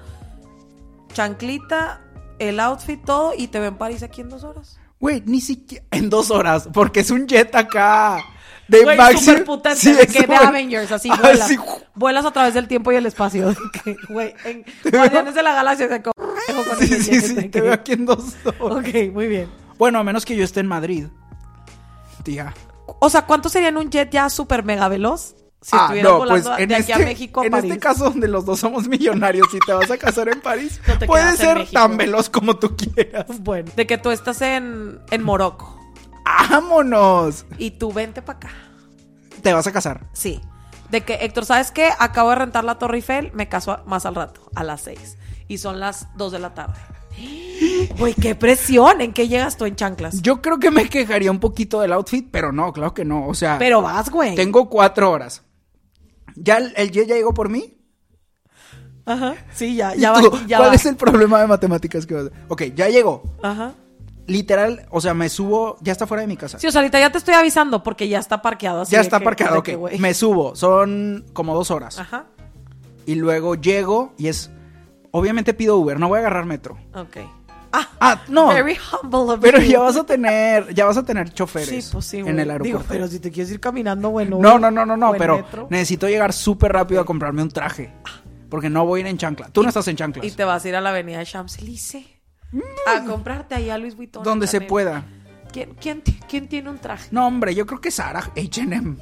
Speaker 1: Chanclita, el outfit, todo. Y te veo en París aquí en dos horas.
Speaker 2: Güey, ni siquiera. En dos horas, porque es un jet acá. De
Speaker 1: Güey,
Speaker 2: máximo-
Speaker 1: superputente,
Speaker 2: Sí,
Speaker 1: de
Speaker 2: es
Speaker 1: que de
Speaker 2: güey.
Speaker 1: Avengers, así
Speaker 2: Ah,
Speaker 1: vuelas.
Speaker 2: sí.
Speaker 1: Vuelas a través del tiempo y el espacio. de que, Güey, en Guardianes de la Galaxia se co- con
Speaker 2: Sí,
Speaker 1: ese
Speaker 2: sí,
Speaker 1: jet,
Speaker 2: sí,
Speaker 1: de
Speaker 2: te
Speaker 1: que-
Speaker 2: veo aquí en dos horas.
Speaker 1: Ok, muy bien.
Speaker 2: Bueno, a menos que yo esté en Madrid. Tía.
Speaker 1: O sea, ¿cuánto serían un jet ya súper mega veloz? Si
Speaker 2: Ah,
Speaker 1: estuvieras
Speaker 2: no,
Speaker 1: volando
Speaker 2: pues, en
Speaker 1: de aquí a
Speaker 2: este-
Speaker 1: México a
Speaker 2: en
Speaker 1: París.
Speaker 2: este caso donde los dos somos millonarios y te vas a casar en París,
Speaker 1: No te
Speaker 2: puede
Speaker 1: quedas en
Speaker 2: ser
Speaker 1: México.
Speaker 2: tan veloz como tú quieras.
Speaker 1: Bueno, de que tú estás en, en Morocco
Speaker 2: ¡Vámonos!
Speaker 1: y tú vente para acá.
Speaker 2: Te vas a casar.
Speaker 1: Sí. De que, Héctor, ¿sabes qué? Acabo de rentar la Torre Eiffel, me caso a- más al rato, a las 6. Y son las 2 de la tarde. Güey, qué presión. ¿En qué llegas tú en chanclas?
Speaker 2: Yo creo que me quejaría un poquito del outfit, pero no, claro que no. O sea,
Speaker 1: Pero vas, güey.
Speaker 2: tengo cuatro horas. ¿Ya el, el jet ya llegó por mí?
Speaker 1: Ajá. Sí, ya,
Speaker 2: ¿Y
Speaker 1: ya
Speaker 2: tú?
Speaker 1: va. Ya
Speaker 2: ¿Cuál
Speaker 1: va.
Speaker 2: es el problema de matemáticas que vas a Ok, ya llegó.
Speaker 1: Ajá.
Speaker 2: Literal, o sea, me subo, ya está fuera de mi casa.
Speaker 1: Sí, o sea, ahorita ya te estoy avisando porque ya está parqueado. Así
Speaker 2: ya
Speaker 1: de
Speaker 2: está
Speaker 1: que-
Speaker 2: parqueado,
Speaker 1: de
Speaker 2: ok.
Speaker 1: que, güey.
Speaker 2: me subo, son como dos horas.
Speaker 1: Ajá.
Speaker 2: Y luego llego y es. Obviamente pido Uber, no voy a agarrar metro.
Speaker 1: Ok. Ah,
Speaker 2: Ah, no.
Speaker 1: Very humble of
Speaker 2: Pero
Speaker 1: you.
Speaker 2: ya vas a tener, ya vas a tener choferes
Speaker 1: Sí, pues sí, güey.
Speaker 2: en el
Speaker 1: Digo,
Speaker 2: aeropuerto.
Speaker 1: pero si te quieres ir caminando, bueno.
Speaker 2: no, no, no, no, no,
Speaker 1: o en
Speaker 2: pero
Speaker 1: metro,
Speaker 2: necesito llegar súper rápido a comprarme un traje. Porque no voy a ir en chancla. Tú no estás en chanclas. Mm.
Speaker 1: Y te vas a ir a la avenida Champs-Élysées a comprarte ahí a Luis Vuitton.
Speaker 2: donde se
Speaker 1: Chanel.
Speaker 2: pueda.
Speaker 1: ¿Quién, quién, ti- quién tiene un traje?
Speaker 2: No, hombre, yo creo que Sara H&M.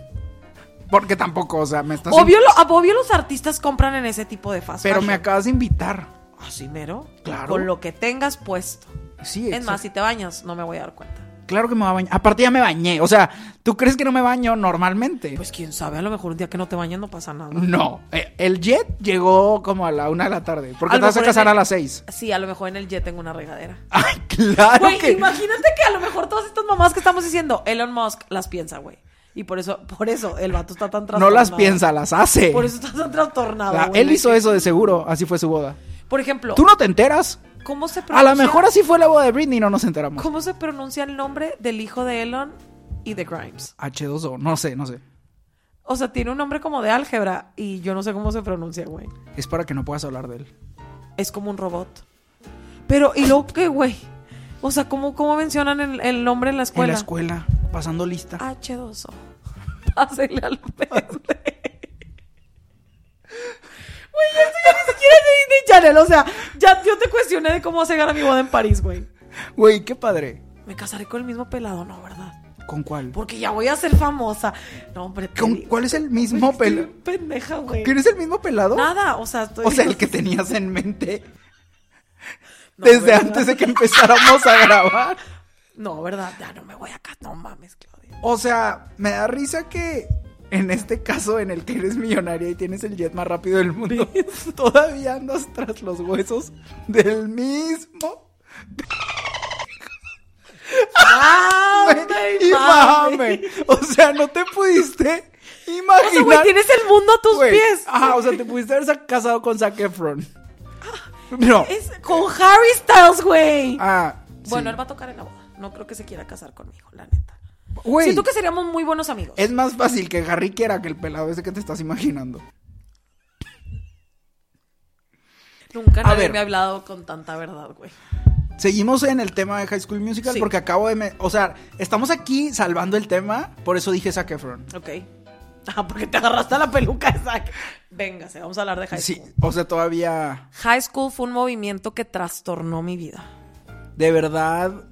Speaker 2: Porque tampoco, o sea, me estás...
Speaker 1: Obvio, lo- ab- obvio los artistas compran en ese tipo de fast
Speaker 2: Pero
Speaker 1: fashion.
Speaker 2: me acabas de invitar.
Speaker 1: Así mero.
Speaker 2: Claro.
Speaker 1: Con lo que tengas puesto.
Speaker 2: Sí,
Speaker 1: Es más, si te bañas, no me voy a dar cuenta.
Speaker 2: Claro que me va a bañar. Aparte ya me bañé. O sea, ¿tú crees que no me baño normalmente?
Speaker 1: Pues quién sabe, a lo mejor un día que no te bañas no pasa nada.
Speaker 2: no. Eh, El jet llegó como a la una de la tarde. Porque
Speaker 1: A
Speaker 2: te
Speaker 1: lo
Speaker 2: vas a
Speaker 1: mejor en
Speaker 2: casar a
Speaker 1: el-
Speaker 2: las seis.
Speaker 1: Sí, a lo mejor en el jet tengo una regadera.
Speaker 2: Ay, claro
Speaker 1: Güey,
Speaker 2: que...
Speaker 1: imagínate que a lo mejor todas estas mamás que estamos diciendo, Elon Musk las piensa, güey. Y por eso, por eso el vato está tan
Speaker 2: No
Speaker 1: trastornado.
Speaker 2: las piensa, las hace.
Speaker 1: Por eso está tan trastornado.
Speaker 2: La-
Speaker 1: güey.
Speaker 2: él hizo eso de seguro, así fue su boda.
Speaker 1: Por ejemplo,
Speaker 2: ¿Tú no te enteras?
Speaker 1: ¿cómo se
Speaker 2: A
Speaker 1: pronuncia?
Speaker 2: lo mejor así fue la boda de Britney y no nos enteramos.
Speaker 1: ¿Cómo se pronuncia el nombre del hijo de Elon y de Grimes?
Speaker 2: H2O, no sé, no sé.
Speaker 1: O sea, tiene un nombre como de álgebra y yo no sé cómo se pronuncia, güey.
Speaker 2: Es para que no puedas hablar de él.
Speaker 1: Es como un robot. Pero, ¿y luego qué, güey? O sea, ¿cómo, cómo mencionan el, el nombre en la
Speaker 2: En
Speaker 1: escuela?
Speaker 2: la escuela, pasando lista.
Speaker 1: Ah. H2O. Pásele al verde. Güey, esto ya ni siquiera es de Disney Channel. O sea, ya yo te cuestioné de cómo se gana mi boda en París, güey.
Speaker 2: Güey, qué padre.
Speaker 1: Me casaré con el mismo pelado, no, ¿verdad?
Speaker 2: ¿Con cuál?
Speaker 1: Porque ya voy a ser famosa. No, hombre, te
Speaker 2: ¿Con
Speaker 1: digo,
Speaker 2: cuál es el
Speaker 1: güey,
Speaker 2: mismo
Speaker 1: estoy
Speaker 2: pelado?
Speaker 1: bien Pendeja, güey.
Speaker 2: ¿Quieres el mismo pelado?
Speaker 1: Nada, o sea, estoy...
Speaker 2: O sea, el que tenías en mente
Speaker 1: No,
Speaker 2: desde
Speaker 1: ¿verdad?
Speaker 2: antes de que empezáramos a grabar.
Speaker 1: No, ¿verdad? Ya no me voy acá. No mames, Claudia.
Speaker 2: O sea, me da risa que en este caso en el que eres millonaria y tienes el jet más rápido del mundo, todavía andas tras los huesos del mismo.
Speaker 1: ¡Mame,
Speaker 2: Y mame. O sea, no te pudiste imaginar.
Speaker 1: O sea, güey, tienes el mundo a tus
Speaker 2: Güey, ah,
Speaker 1: pies.
Speaker 2: Ajá, o sea, te pudiste haber sa- casado con Zac Efron. No.
Speaker 1: Ah, Es con Harry Styles, güey.
Speaker 2: Ah,
Speaker 1: Bueno,
Speaker 2: sí.
Speaker 1: él va a tocar en la boda. No creo que se quiera casar conmigo, la neta.
Speaker 2: Güey,
Speaker 1: Siento que seríamos muy buenos amigos.
Speaker 2: es más fácil que Harry quiera que el pelado ese que te estás imaginando.
Speaker 1: Nunca nadie
Speaker 2: ver.
Speaker 1: me ha hablado con tanta verdad, güey.
Speaker 2: Seguimos en el tema de High School Musical
Speaker 1: Sí.
Speaker 2: porque acabo de... me- O sea, estamos aquí salvando el tema, por eso dije Zac Efron.
Speaker 1: Ok. Ah, porque te agarraste a la peluca esa. Véngase, vamos a hablar de high
Speaker 2: Sí,
Speaker 1: school.
Speaker 2: o sea, todavía...
Speaker 1: High school fue un movimiento que trastornó mi vida.
Speaker 2: De verdad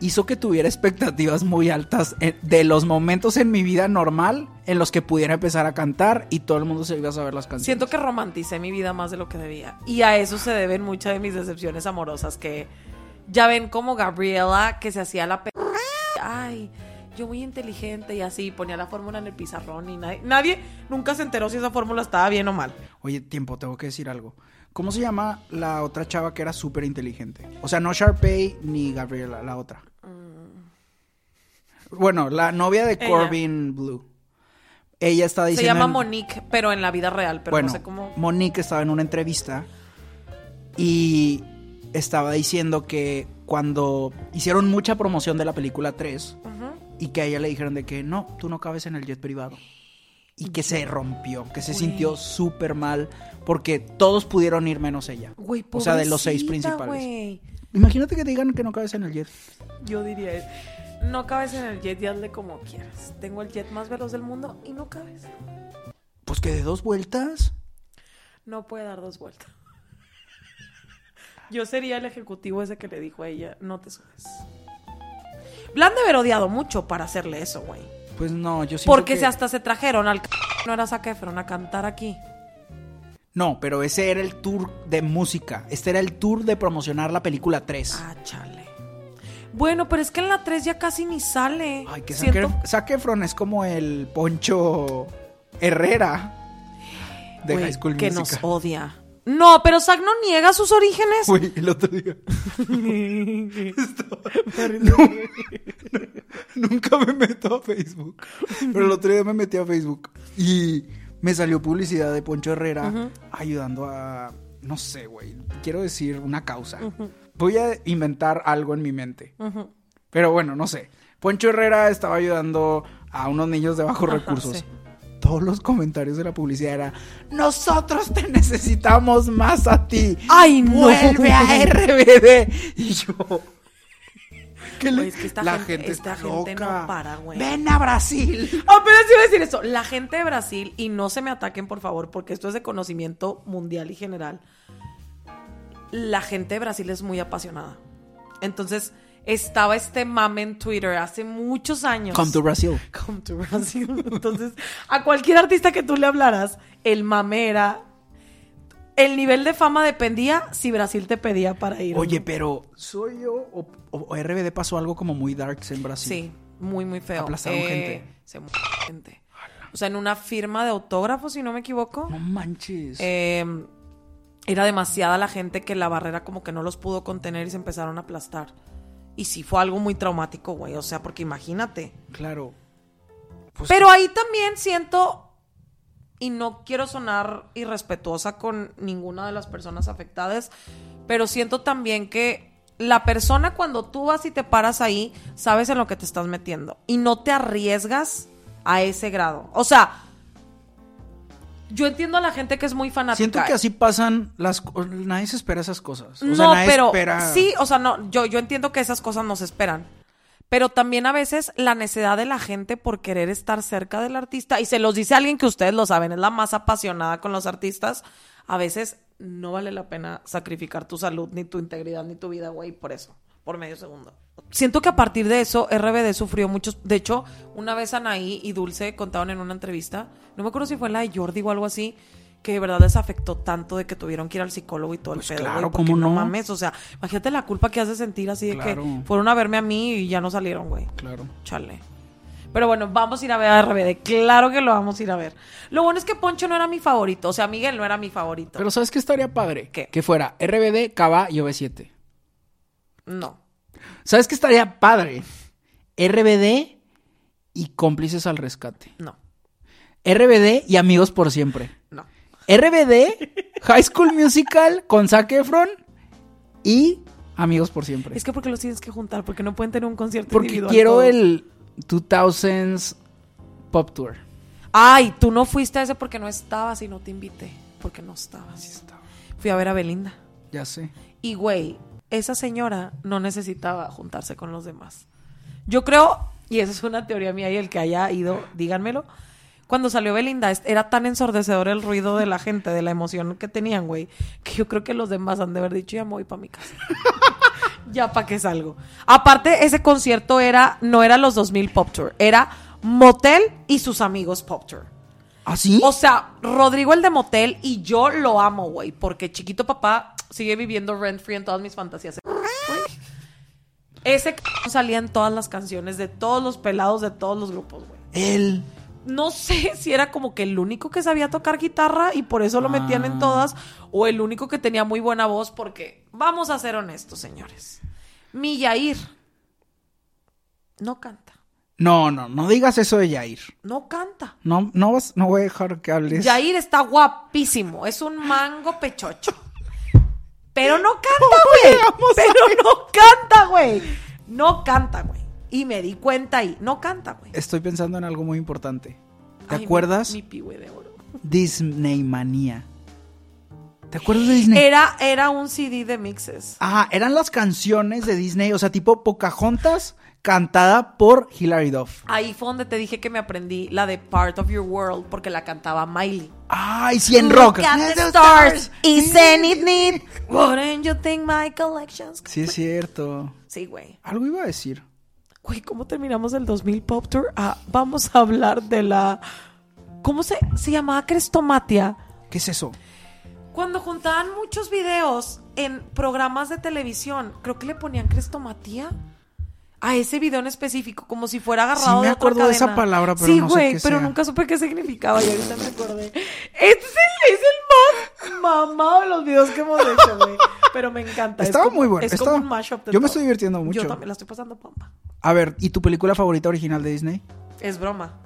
Speaker 2: hizo que tuviera expectativas muy altas eh, de los momentos en mi vida normal en los que pudiera empezar a cantar y todo el mundo se iba a saber las canciones.
Speaker 1: Siento que romanticé mi vida más de lo que debía. Y a eso se deben muchas de mis decepciones amorosas que ya ven como Gabriela que se hacía la pe... Ay, yo muy inteligente y así ponía la fórmula en el pizarrón y nadie, nadie nunca se enteró si esa fórmula estaba bien o mal.
Speaker 2: Oye, tiempo, tengo que decir algo. ¿Cómo se llama la otra chava que era súper inteligente? O sea, no Sharpay ni Gabriela, la otra. Bueno, la novia de
Speaker 1: Ella.
Speaker 2: Corbin Blue. Ella está
Speaker 1: Se
Speaker 2: diciendo...
Speaker 1: llama
Speaker 2: en-
Speaker 1: Monique, pero en la vida real, pero
Speaker 2: bueno,
Speaker 1: no sé cómo.
Speaker 2: Monique estaba en una entrevista y estaba diciendo que cuando hicieron mucha promoción de la película 3 y que a ella le dijeron de que no, tú no cabes en el jet privado. Y que se rompió, que se sintió súper mal porque todos pudieron ir menos ella.
Speaker 1: Güey,
Speaker 2: o sea, de los seis
Speaker 1: pobrecita,
Speaker 2: principales.
Speaker 1: güey.
Speaker 2: Imagínate que te digan que no cabes en el jet.
Speaker 1: Yo diría es, no cabes en el jet y hazle como quieras. Tengo el jet más veloz del mundo y no cabes.
Speaker 2: Pues que de dos vueltas.
Speaker 1: No puede dar dos vueltas. Yo sería el ejecutivo ese que le dijo a ella, no te subes. Blan de haber odiado mucho para hacerle eso, güey.
Speaker 2: Pues no, yo siento
Speaker 1: Porque
Speaker 2: que-
Speaker 1: se hasta se trajeron al c- no era Zac Efron a cantar aquí.
Speaker 2: No, pero ese era el tour de música. Este era el tour de promocionar la película 3.
Speaker 1: Ah, chale. Bueno, pero es que en la 3 ya casi ni sale.
Speaker 2: Ay, que Zac
Speaker 1: Siento-
Speaker 2: Ef- Zac Efron es como el Poncho Herrera de
Speaker 1: Güey,
Speaker 2: High School
Speaker 1: que
Speaker 2: Musical.
Speaker 1: nos odia. No, pero Zack no niega sus orígenes.
Speaker 2: Güey, el otro día. Estaba- Nu- Nunca me meto a Facebook. Pero el otro día me metí a Facebook y me salió publicidad de Poncho Herrera ayudando a. No sé, güey. Quiero decir una causa. Voy a inventar algo en mi mente. Pero bueno, no sé. Poncho Herrera estaba ayudando a unos niños de bajos
Speaker 1: Ajá,
Speaker 2: recursos.
Speaker 1: sí.
Speaker 2: Todos los comentarios de la publicidad era, nosotros te necesitamos más a ti.
Speaker 1: Ay, no.
Speaker 2: Vuelve a RBD. Y yo... ¿qué le-
Speaker 1: Güey, es que esta gente- esta gente no para, güey.
Speaker 2: Ven a Brasil.
Speaker 1: Apenas iba a decir Oh, eso. La gente de Brasil, y no se me ataquen, por favor, porque esto es de conocimiento mundial y general. La gente de Brasil es muy apasionada. Entonces, estaba este mame en Twitter hace muchos años.
Speaker 2: Come to Brasil.
Speaker 1: Come to Brazil. Entonces, a cualquier artista que tú le hablaras, el mame era. El nivel de fama dependía si Brasil te pedía para ir. o
Speaker 2: Oye,
Speaker 1: no.
Speaker 2: pero ¿soy yo o, o- o RBD pasó algo como muy darks en Brasil?
Speaker 1: Sí, muy, muy feo. Eh,
Speaker 2: Aplastaron gente.
Speaker 1: Se murió gente. O sea, en una firma de autógrafos, si no me equivoco.
Speaker 2: No manches.
Speaker 1: eh, era demasiada la gente que la barrera como que no los pudo contener y se empezaron a aplastar. Y sí fue algo muy traumático, güey. O sea, porque imagínate.
Speaker 2: claro. Pues-
Speaker 1: Pero ahí también siento, y no quiero sonar irrespetuosa con ninguna de las personas afectadas, pero siento también que la persona cuando tú vas y te paras ahí, sabes en lo que te estás metiendo y no te arriesgas a ese grado. O sea, Yo entiendo a la gente que es muy fanática.
Speaker 2: Siento que así pasan las co- nadie se espera esas cosas. O sea,
Speaker 1: no,
Speaker 2: nadie
Speaker 1: pero
Speaker 2: espera-
Speaker 1: sí, o sea, no, yo, yo entiendo que esas cosas no se esperan. Pero también a veces la necesidad de la gente por querer estar cerca del artista, y se los dice alguien que ustedes lo saben, es la más apasionada con los artistas, a veces no vale la pena sacrificar tu salud, ni tu integridad, ni tu vida, güey, por eso, por medio segundo. Siento que a partir de eso, RBD sufrió muchos. De hecho, una vez Anaí y Dulce contaban en una entrevista, no me acuerdo si fue la de Jordi o algo así, que de verdad les afectó tanto de que tuvieron que ir al psicólogo y todo el
Speaker 2: Pues
Speaker 1: pedo.
Speaker 2: claro,
Speaker 1: güey, porque
Speaker 2: ¿cómo
Speaker 1: no
Speaker 2: no?
Speaker 1: mames, o sea, imagínate la culpa que hace sentir así de
Speaker 2: Claro.
Speaker 1: que fueron a verme a mí y ya no salieron, güey.
Speaker 2: Claro.
Speaker 1: Chale. Pero bueno, vamos a ir a ver a RBD. Claro que lo vamos a ir a ver. Lo bueno es que Poncho no era mi favorito. O sea, Miguel no era mi favorito.
Speaker 2: Pero ¿sabes qué estaría padre?
Speaker 1: ¿Qué?
Speaker 2: Que fuera RBD, Cava y OV7.
Speaker 1: No.
Speaker 2: ¿Sabes qué estaría padre? RBD y cómplices al rescate.
Speaker 1: No.
Speaker 2: RBD y amigos por siempre.
Speaker 1: No.
Speaker 2: RBD, High School Musical con Zac Efron y amigos por siempre.
Speaker 1: Es que porque los tienes que juntar, porque no pueden tener un concierto
Speaker 2: Porque
Speaker 1: individual
Speaker 2: quiero
Speaker 1: todos.
Speaker 2: el 2000s Pop Tour.
Speaker 1: Ay, tú no fuiste a ese porque no estabas y no te invité. Porque no estabas. Fui a ver a Belinda.
Speaker 2: Ya sé.
Speaker 1: Y güey, esa señora no necesitaba juntarse con los demás. Yo creo, y esa es una teoría mía y el que haya ido, díganmelo. Cuando salió Belinda, es- era tan ensordecedor el ruido de la gente, de la emoción que tenían, güey, que yo creo que los demás han de haber dicho, ya me voy para mi casa. ya para qué salgo. Aparte, ese concierto era, no era los 2000 Pop Tour, era Motel y sus amigos Pop Tour. ¿Ah,
Speaker 2: ¿Así?
Speaker 1: O sea, Rodrigo el de Motel y yo lo amo, güey, porque chiquito papá sigue viviendo rent free en todas mis fantasías. Güey. Ese c salía en todas las canciones de todos los pelados de todos los grupos, güey.
Speaker 2: Él.
Speaker 1: No sé si era como que el único que sabía tocar guitarra y por eso lo metían en todas, o el único que tenía muy buena voz, porque vamos a ser honestos, señores. Mi Yair no canta,
Speaker 2: No, no, no digas eso de Yair.
Speaker 1: no canta.
Speaker 2: No, no, vas- no voy a dejar que hables.
Speaker 1: Jair está guapísimo, es un mango pechocho. Pero no canta, güey. Pero no canta, güey. No canta, güey. Y me di cuenta ahí, no canta, güey.
Speaker 2: Estoy pensando en algo muy importante. ¿Te
Speaker 1: Ay, mi-
Speaker 2: acuerdas?
Speaker 1: Mi, pigüe de oro.
Speaker 2: Disney Manía. ¿Te acuerdas de Disney?
Speaker 1: Era, era un CD de mixes.
Speaker 2: Ajá, eran las canciones de Disney, o sea, tipo Pocahontas cantada por Hilary Duff.
Speaker 1: Ahí fue donde te dije que me aprendí la de Part of Your World porque la cantaba Miley.
Speaker 2: ¡Ay, 100
Speaker 1: Look
Speaker 2: rock!
Speaker 1: at the stars, is it need? Wouldn't you think my collection's?
Speaker 2: Sí, es cierto.
Speaker 1: Sí, güey.
Speaker 2: Algo iba a decir.
Speaker 1: Güey, ¿cómo terminamos el 2000 Pop Tour? Ah, vamos a hablar de la... ¿Cómo se, se llamaba Crestomatia?
Speaker 2: ¿Qué es eso?
Speaker 1: Cuando juntaban muchos videos en programas de televisión, creo que le ponían Crestomatía a ese video en específico, como si fuera agarrado
Speaker 2: Sí me
Speaker 1: de otra
Speaker 2: acuerdo de esa
Speaker 1: cadena.
Speaker 2: palabra, pero
Speaker 1: Sí,
Speaker 2: no sé
Speaker 1: güey,
Speaker 2: qué
Speaker 1: pero
Speaker 2: sea.
Speaker 1: nunca supe qué significaba y ahorita me acordé. Este es el, es el más mamado de los videos que hemos hecho, güey. Pero me encanta. Es
Speaker 2: Estaba
Speaker 1: como-
Speaker 2: muy bueno,
Speaker 1: Es
Speaker 2: estaba-
Speaker 1: como un mashup de
Speaker 2: yo me
Speaker 1: todo.
Speaker 2: estoy divirtiendo mucho.
Speaker 1: Yo también la estoy pasando pompa.
Speaker 2: A ver, ¿y tu película favorita original de Disney?
Speaker 1: Es broma.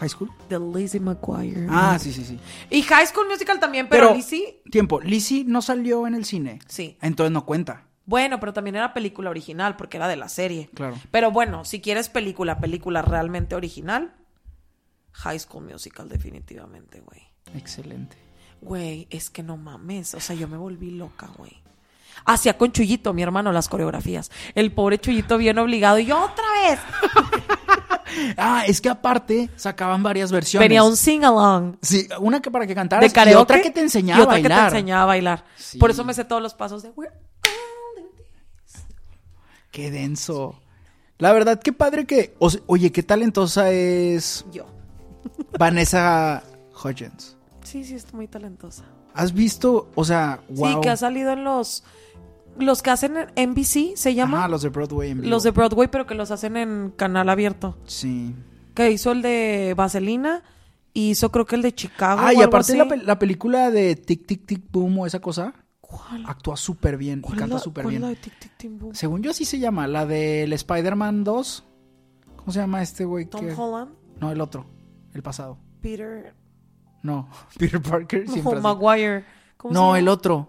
Speaker 2: ¿High School?
Speaker 1: De Lizzie McGuire.
Speaker 2: Ah, sí, sí, sí.
Speaker 1: Y High School Musical también, pero, Lizzie.
Speaker 2: Tiempo, Lizzie no salió en el cine.
Speaker 1: Sí.
Speaker 2: Entonces no cuenta.
Speaker 1: Bueno, pero también era película original porque era de la serie.
Speaker 2: Claro.
Speaker 1: Pero bueno, si quieres película, película realmente original, High School Musical definitivamente, güey.
Speaker 2: Excelente.
Speaker 1: Güey, es que no mames. O sea, yo me volví loca, güey. Hacía con Chuyito, mi hermano, las coreografías. El pobre Chuyito bien obligado. Y yo otra vez.
Speaker 2: Ah, es que aparte sacaban varias versiones.
Speaker 1: Venía un sing-along.
Speaker 2: Sí, una que para que
Speaker 1: de
Speaker 2: cantaras
Speaker 1: karaoke
Speaker 2: y otra que te enseñaba
Speaker 1: y otra
Speaker 2: a bailar.
Speaker 1: que te enseñaba a bailar.
Speaker 2: Sí.
Speaker 1: Por eso me sé todos los pasos de We're all in this.
Speaker 2: Qué denso. La verdad, qué padre que. o sea, oye, qué talentosa es
Speaker 1: yo.
Speaker 2: Vanessa Hudgens.
Speaker 1: Sí, sí, es muy talentosa.
Speaker 2: ¿Has visto? O sea, wow.
Speaker 1: Sí, que ha salido en los los que hacen en NBC, se llama,
Speaker 2: Ah, los de Broadway en vivo.
Speaker 1: los de Broadway, pero que los hacen en canal abierto.
Speaker 2: Sí.
Speaker 1: Que hizo el de Vaselina y hizo creo que el de Chicago.
Speaker 2: Ah,
Speaker 1: o
Speaker 2: y
Speaker 1: algo
Speaker 2: aparte
Speaker 1: así.
Speaker 2: la, pel- la película de Tic Tic Tic Boom o esa cosa,
Speaker 1: ¿Cuál?
Speaker 2: actúa súper bien y
Speaker 1: ¿Cuál es
Speaker 2: canta
Speaker 1: la-
Speaker 2: súper
Speaker 1: cuál es
Speaker 2: bien.
Speaker 1: la de Tic, Tic, Tim, Boom?
Speaker 2: Según yo así se llama, la del Spider-Man 2. ¿Cómo se llama este güey?
Speaker 1: Tom
Speaker 2: que-
Speaker 1: Holland,
Speaker 2: No, el otro, el pasado.
Speaker 1: Peter,
Speaker 2: No, Peter Parker
Speaker 1: no,
Speaker 2: siempre así.
Speaker 1: Maguire. ¿Cómo se
Speaker 2: No,
Speaker 1: llama?
Speaker 2: el otro.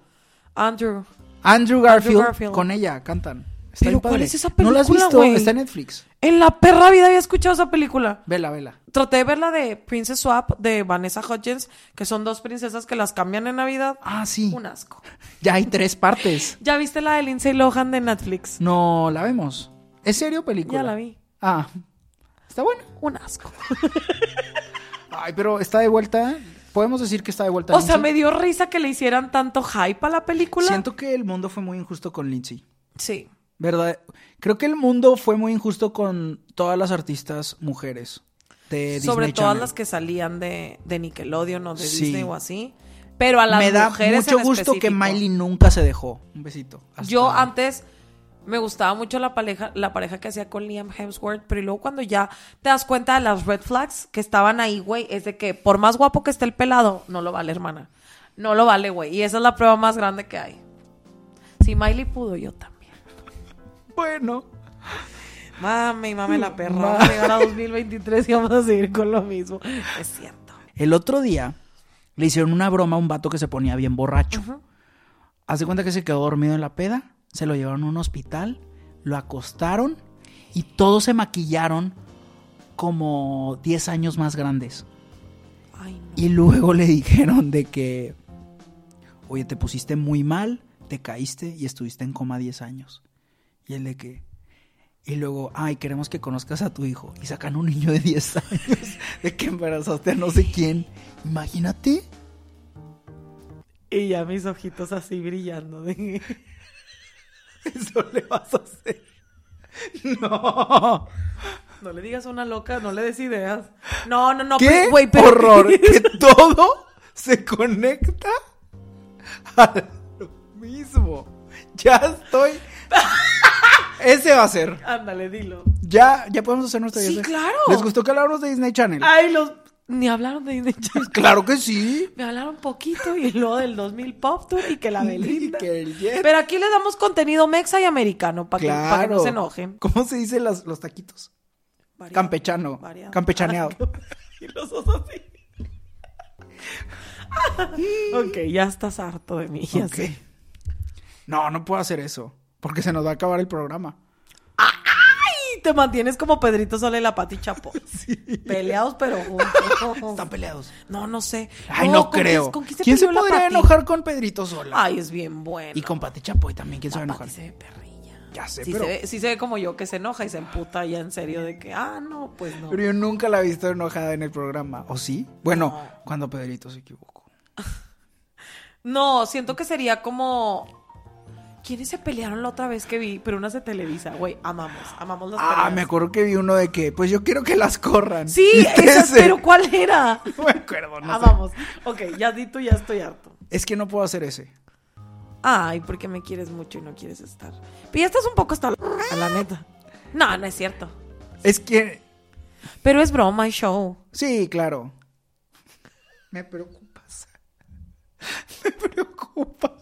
Speaker 1: Andrew.
Speaker 2: Andrew Garfield,
Speaker 1: Garfield.
Speaker 2: con ella cantan. Está
Speaker 1: Pero
Speaker 2: bien
Speaker 1: ¿cuál
Speaker 2: padre.
Speaker 1: es esa
Speaker 2: ¿No la has
Speaker 1: película,
Speaker 2: visto?
Speaker 1: güey?
Speaker 2: Está en Netflix.
Speaker 1: En la perra vida había escuchado esa película.
Speaker 2: Vela, vela.
Speaker 1: Traté de ver la de Princess Swap de Vanessa Hudgens, que son dos princesas que las cambian en Navidad.
Speaker 2: Ah, sí.
Speaker 1: Un asco.
Speaker 2: Ya hay tres partes.
Speaker 1: ¿Ya viste la de Lindsay Lohan de Netflix?
Speaker 2: No, la vemos. ¿Es serio o película?
Speaker 1: Ya la vi.
Speaker 2: Ah, está bueno.
Speaker 1: Un asco.
Speaker 2: Ay, pero está de vuelta. Podemos decir que está de vuelta.
Speaker 1: O sea,
Speaker 2: Lindsay?
Speaker 1: me dio risa que le hicieran tanto hype a la película.
Speaker 2: Siento que el mundo fue muy injusto con Lindsay.
Speaker 1: Sí.
Speaker 2: ¿Verdad? Creo que el mundo fue muy injusto con todas las artistas mujeres de
Speaker 1: Sobre todas
Speaker 2: Disney Channel.
Speaker 1: las que salían de, de Nickelodeon o de
Speaker 2: Sí.
Speaker 1: Disney o así. Pero a las
Speaker 2: Me da
Speaker 1: mujeres
Speaker 2: mucho
Speaker 1: en
Speaker 2: gusto que
Speaker 1: específico.
Speaker 2: Miley nunca se dejó. Un besito. Hasta-
Speaker 1: Yo antes me gustaba mucho la pareja, la pareja que hacía con Liam Hemsworth, pero luego cuando ya te das cuenta de las red flags que estaban ahí, güey, es de que por más guapo que esté el pelado, no lo vale, hermana. No lo vale, güey. Y esa es la prueba más grande que hay. Si Miley pudo, yo también.
Speaker 2: Bueno.
Speaker 1: Mami, mame la perra. Vamos a llegar a 2023 y vamos a seguir con lo mismo. Es cierto.
Speaker 2: El otro día le hicieron una broma a un vato que se ponía bien borracho. Haz de cuenta que se quedó dormido en la peda, se lo llevaron a un hospital, lo acostaron y todos se maquillaron como 10 años más grandes.
Speaker 1: Ay, no.
Speaker 2: Y luego le dijeron de que, oye, te pusiste muy mal, te caíste y estuviste en coma 10 años. Y él de que, y luego, ay, queremos que conozcas a tu hijo. Y sacan un niño de 10 años de que embarazaste a no sé quién. Imagínate.
Speaker 1: Y ya mis ojitos así brillando. de-
Speaker 2: Eso le vas a hacer. No.
Speaker 1: No le digas a una loca, no le des ideas. No, no, no.
Speaker 2: ¡Qué
Speaker 1: pero- güey, pero-
Speaker 2: horror! Que todo se conecta a lo mismo. Ya estoy. Ese va a ser.
Speaker 1: Ándale, dilo.
Speaker 2: Ya, ya podemos hacer nuestra
Speaker 1: Sí,
Speaker 2: idea.
Speaker 1: claro. Ah.
Speaker 2: ¿Les gustó que habláramos de Disney Channel?
Speaker 1: Ay, los... Ni hablaron de Disney Channel.
Speaker 2: Claro que sí.
Speaker 1: Me hablaron poquito y luego del 2000 Pop Tour y que la Belinda.
Speaker 2: Y que el Jet.
Speaker 1: Pero aquí les damos contenido mexa y americano para que,
Speaker 2: Claro.
Speaker 1: pa' que no se enojen.
Speaker 2: ¿Cómo se dicen las- los taquitos?
Speaker 1: Variado,
Speaker 2: Campechano.
Speaker 1: variado.
Speaker 2: Campechaneado.
Speaker 1: y los dos así. ok, ya estás harto de mí, ya
Speaker 2: Ok.
Speaker 1: sé.
Speaker 2: No, no puedo hacer eso. Porque se nos va a acabar el programa.
Speaker 1: Y te mantienes como Pedrito Sola y la Pati Chapo. Peleados, pero juntos.
Speaker 2: Están peleados.
Speaker 1: No, no sé.
Speaker 2: Ay, no,
Speaker 1: ¿con
Speaker 2: creo.
Speaker 1: quién- con quién se
Speaker 2: ¿Quién se
Speaker 1: peleó la
Speaker 2: podría
Speaker 1: Pati?
Speaker 2: enojar con Pedrito Sola?
Speaker 1: Ay, es bien bueno.
Speaker 2: Y con Pati Chapoy también, ¿quién se va a
Speaker 1: Pati
Speaker 2: enojar?
Speaker 1: se ve perrilla.
Speaker 2: Ya sé,
Speaker 1: Sí,
Speaker 2: pero,
Speaker 1: se ve, sí se ve como yo que se enoja y se emputa ya en serio de que, ah, no, pues no.
Speaker 2: pero yo nunca la he visto enojada en el programa, ¿o sí? Bueno, cuando Pedrito se equivocó.
Speaker 1: No, siento que sería como... ¿Quiénes se pelearon la otra vez que vi? Pero una se televisa, güey. Amamos, amamos las
Speaker 2: Ah,
Speaker 1: peleas.
Speaker 2: me acuerdo que vi uno de que, pues yo quiero que las corran.
Speaker 1: Sí, Ah,
Speaker 2: Y
Speaker 1: esas,
Speaker 2: ese-
Speaker 1: pero ¿cuál era?
Speaker 2: No me acuerdo, no sé.
Speaker 1: amamos. Ok, ya di tú, ya estoy harto.
Speaker 2: Es que no puedo hacer ese.
Speaker 1: Ay, porque me quieres mucho y no quieres estar. Pero ya estás un poco hasta la, a la neta. No, no es cierto.
Speaker 2: Es que,
Speaker 1: Pero es broma y show.
Speaker 2: sí, claro. Me preocupas. Me preocupa.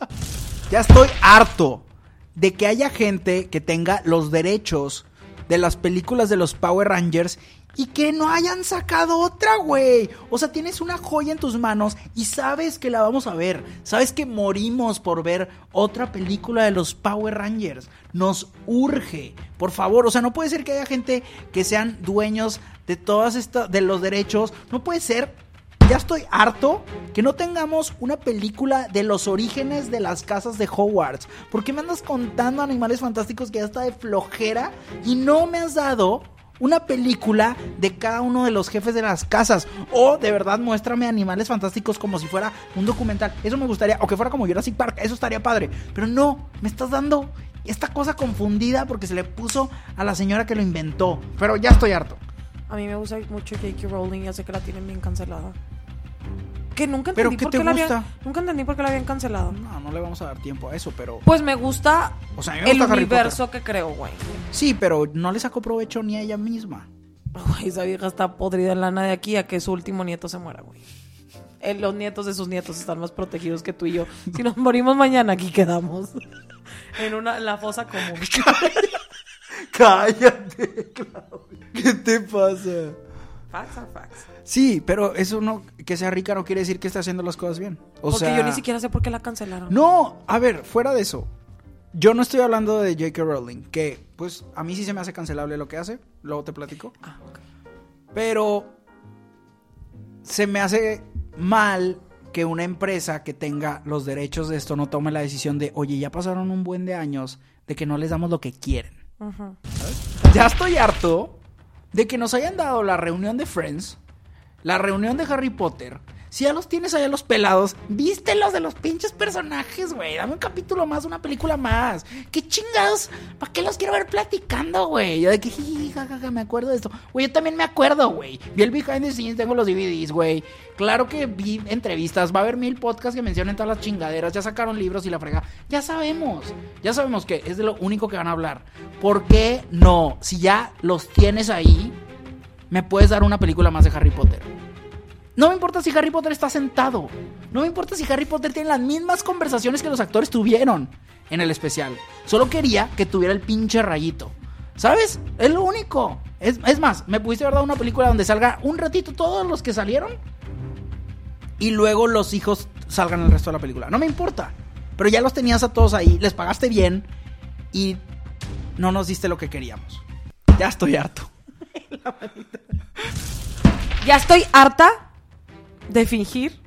Speaker 2: Ya estoy harto de que haya gente que tenga los derechos de las películas de los Power Rangers y que no hayan sacado otra, güey. O sea, tienes una joya en tus manos y sabes que la vamos a ver. Sabes que morimos por ver otra película de los Power Rangers. Nos urge, por favor. O sea, no puede ser que haya gente que sean dueños de todas estas, de los derechos. No puede ser ya estoy harto que no tengamos una película de los orígenes de las casas de Hogwarts. ¿Por qué me andas contando animales fantásticos que ya está de flojera y no me has dado una película de cada uno de los jefes de las casas? O de verdad muéstrame animales fantásticos como si fuera un documental. Eso me gustaría. O que fuera como Jurassic Park. Eso estaría padre. Pero no, me estás dando esta cosa confundida porque se le puso a la señora que lo inventó. Pero ya estoy harto.
Speaker 1: A mí me gusta mucho J.K. Rowling, ya sé que la tienen bien cancelada. Que nunca
Speaker 2: ¿Pero
Speaker 1: entendí
Speaker 2: qué
Speaker 1: por
Speaker 2: te
Speaker 1: qué la habían,
Speaker 2: gusta?
Speaker 1: nunca entendí por qué la habían cancelado.
Speaker 2: No, no le vamos a dar tiempo a eso, pero...
Speaker 1: Pues me gusta
Speaker 2: O sea, a mí me
Speaker 1: el
Speaker 2: gusta Harry
Speaker 1: universo que creo, güey.
Speaker 2: Sí, pero no le sacó provecho ni a ella misma.
Speaker 1: Güey, esa vieja está podrida en lana de aquí a que su último nieto se muera, güey. Eh, Los nietos de sus nietos están más protegidos que tú y yo. Si nos morimos mañana, aquí quedamos. En una, en la fosa común.
Speaker 2: Cállate, Claudia. ¿Qué te pasa?
Speaker 1: Facts are facts.
Speaker 2: Sí, pero eso no, que sea rica no quiere decir que está haciendo las cosas bien. O
Speaker 1: Porque
Speaker 2: sea,
Speaker 1: yo ni siquiera sé por qué la cancelaron.
Speaker 2: No, a ver, fuera de eso. Yo no estoy hablando de J.K. Rowling, que pues a mí sí se me hace cancelable lo que hace, luego te platico.
Speaker 1: Ah, ok.
Speaker 2: Pero se me hace mal que una empresa que tenga los derechos de esto no tome la decisión de, oye, ya pasaron un buen de años de que no les damos lo que quieren. ¿Sabes? Ya estoy harto de que nos hayan dado la reunión de Friends, la reunión de Harry Potter. Si ya los tienes allá los pelados, vístelos de los pinches personajes, güey. Dame un capítulo más, una película más. ¿Qué chingados? ¿Para qué los quiero ver platicando, güey? Yo de que, jiji, jajaja, me acuerdo de esto. Güey, yo también me acuerdo, güey. Vi el behind the scenes, tengo los DVDs, güey. Claro que vi entrevistas, va a haber mil podcasts que mencionen todas las chingaderas. Ya sacaron libros y la frega. Ya sabemos, ya sabemos que es de lo único que van a hablar. ¿Por qué no? Si ya los tienes ahí, me puedes dar una película más de Harry Potter. No me importa si Harry Potter está sentado. No me importa si Harry Potter tiene las mismas conversaciones que los actores tuvieron en el especial. Solo quería que tuviera el pinche rayito. ¿Sabes? Es lo único. Es, es más, me pudiste haber dado una película donde salga un ratito todos los que salieron y luego los hijos salgan el resto de la película. No me importa. Pero ya los tenías a todos ahí, les pagaste bien y no nos diste lo que queríamos. Ya estoy harto.
Speaker 1: Ya estoy harta de fingir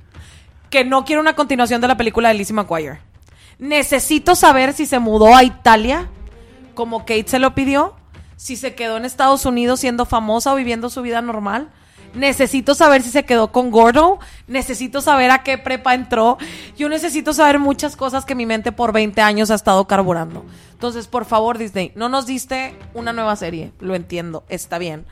Speaker 1: que no quiero una continuación de la película de Lizzie McGuire. Necesito saber si se mudó a Italia, como Kate se lo pidió, si se quedó en Estados Unidos siendo famosa o viviendo su vida normal. Necesito saber si se quedó con Gordo. Necesito saber a qué prepa entró. Yo necesito saber muchas cosas que mi mente por 20 años ha estado carburando. Entonces, por favor, Disney, no nos diste una nueva serie. Lo entiendo, está bien.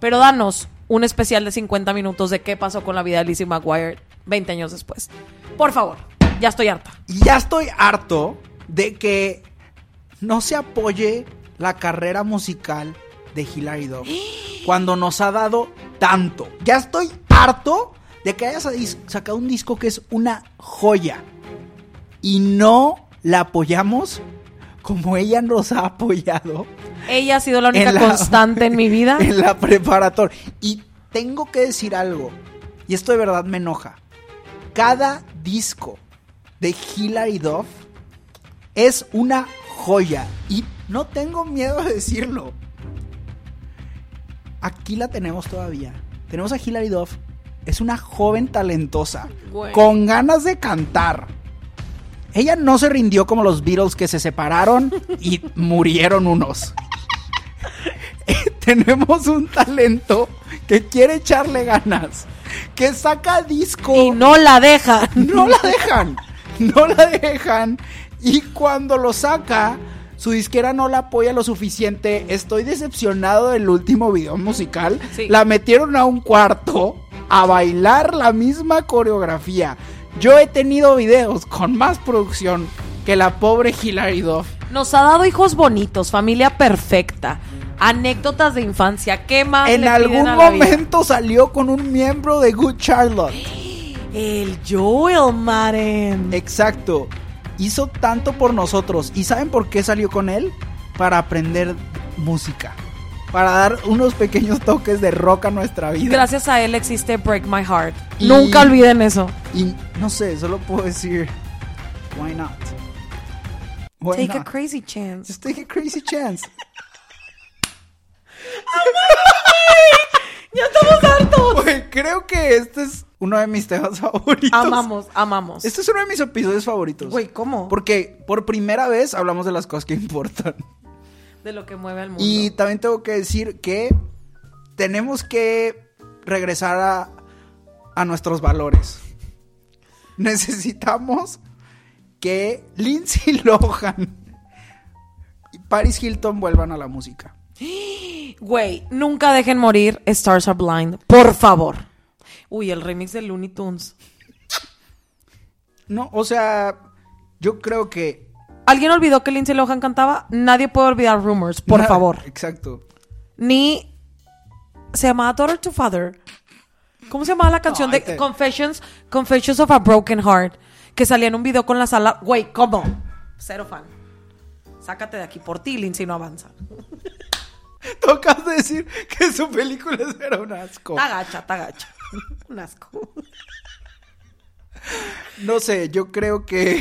Speaker 1: Pero danos un especial de 50 minutos de qué pasó con la vida de Lizzie McGuire 20 años después. Por favor, ya estoy harta.
Speaker 2: Y ya estoy harto de que no se apoye la carrera musical de Hilary Duff cuando nos ha dado tanto. Ya estoy harto de que hayas dis- sacado un disco que es una joya y no la apoyamos como ella nos ha apoyado
Speaker 1: Ella ha sido la única constante en mi vida.
Speaker 2: en la preparatoria. Y tengo que decir algo, y esto de verdad me enoja. Cada disco de Hilary Duff es una joya. Y no tengo miedo de decirlo. Aquí la tenemos todavía. Tenemos a Hilary Duff. Es una joven talentosa.
Speaker 1: Güey.
Speaker 2: Con ganas de cantar. Ella no se rindió como los Beatles que se separaron y murieron unos. Eh, Tenemos un talento que quiere echarle ganas, que saca disco
Speaker 1: Y no la deja.
Speaker 2: no la dejan, no la dejan. Y cuando lo saca, su disquera no la apoya lo suficiente. Estoy decepcionado del último video musical.
Speaker 1: Sí.
Speaker 2: La metieron a un cuarto a bailar la misma coreografía. Yo he tenido videos con más producción que la pobre Hilary Duff.
Speaker 1: Nos ha dado hijos bonitos, familia perfecta, anécdotas de infancia. ¿Qué más
Speaker 2: En
Speaker 1: Ah, le piden
Speaker 2: algún
Speaker 1: a la vida?
Speaker 2: momento salió con un miembro de Good Charlotte.
Speaker 1: El Joel Maren.
Speaker 2: Exacto. Hizo tanto por nosotros. ¿Y saben por qué salió con él? Para aprender música. Para dar unos pequeños toques de rock a nuestra vida.
Speaker 1: Gracias a él existe Break My Heart.
Speaker 2: Y-
Speaker 1: Nunca olviden eso.
Speaker 2: Y no sé, solo puedo decir. Why not? Why
Speaker 1: Take a
Speaker 2: not?
Speaker 1: crazy chance.
Speaker 2: Just take a crazy chance.
Speaker 1: ¡Ya estamos hartos!
Speaker 2: Güey, creo que este es uno de mis temas favoritos.
Speaker 1: Amamos, amamos.
Speaker 2: Este es uno de mis episodios favoritos.
Speaker 1: Güey, ¿cómo?
Speaker 2: Porque por primera vez hablamos de las cosas que importan.
Speaker 1: De lo que mueve al mundo.
Speaker 2: Y también tengo que decir que tenemos que regresar a, a nuestros valores. Necesitamos que Lindsay Lohan y Paris Hilton vuelvan a la música.
Speaker 1: Güey, nunca dejen morir Stars Are Blind. Por favor. Uy, el remix de Looney Tunes.
Speaker 2: No, o sea, yo creo que...
Speaker 1: ¿Alguien olvidó que Lindsay Lohan cantaba? Nadie puede olvidar Rumors, por
Speaker 2: Nada-
Speaker 1: favor.
Speaker 2: Exacto.
Speaker 1: Ni... Se llamaba Daughter to Father. ¿Cómo se llamaba la canción
Speaker 2: Ay,
Speaker 1: de
Speaker 2: te-
Speaker 1: Confessions? Confessions of a Broken Heart. Que salía en un video con la sala... Güey, ¿cómo? Cero fan. Sácate de aquí por ti, Lindsay no avanza.
Speaker 2: Oh. Tocas de decir que su película era un asco.
Speaker 1: Está gacha, está gacha. Un asco.
Speaker 2: No sé, yo creo que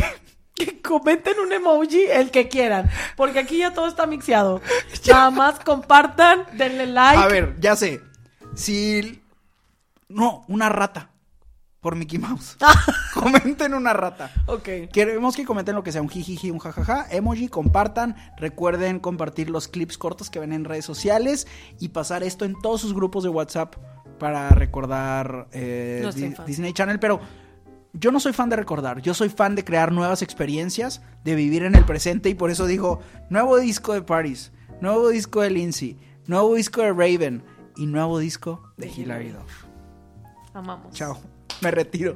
Speaker 1: Que comenten un emoji el que quieran, porque aquí ya todo está mixeado. Nada más compartan, denle like.
Speaker 2: A ver, ya sé. Si. No, una rata. Por Mickey Mouse. comenten una rata.
Speaker 1: Ok.
Speaker 2: Queremos que comenten lo que sea, un jijiji, un jajaja, emoji, compartan, recuerden compartir los clips cortos que ven en redes sociales y pasar esto en todos sus grupos de WhatsApp para recordar eh,
Speaker 1: Nuestra
Speaker 2: Di-
Speaker 1: infancia.
Speaker 2: Disney Channel, pero yo no soy fan de recordar, yo soy fan de crear nuevas experiencias, de vivir en el presente y por eso digo, nuevo disco de Paris, nuevo disco de Lindsay, nuevo disco de Raven y nuevo disco de Hilary Duff.
Speaker 1: Amamos.
Speaker 2: Chao, me retiro.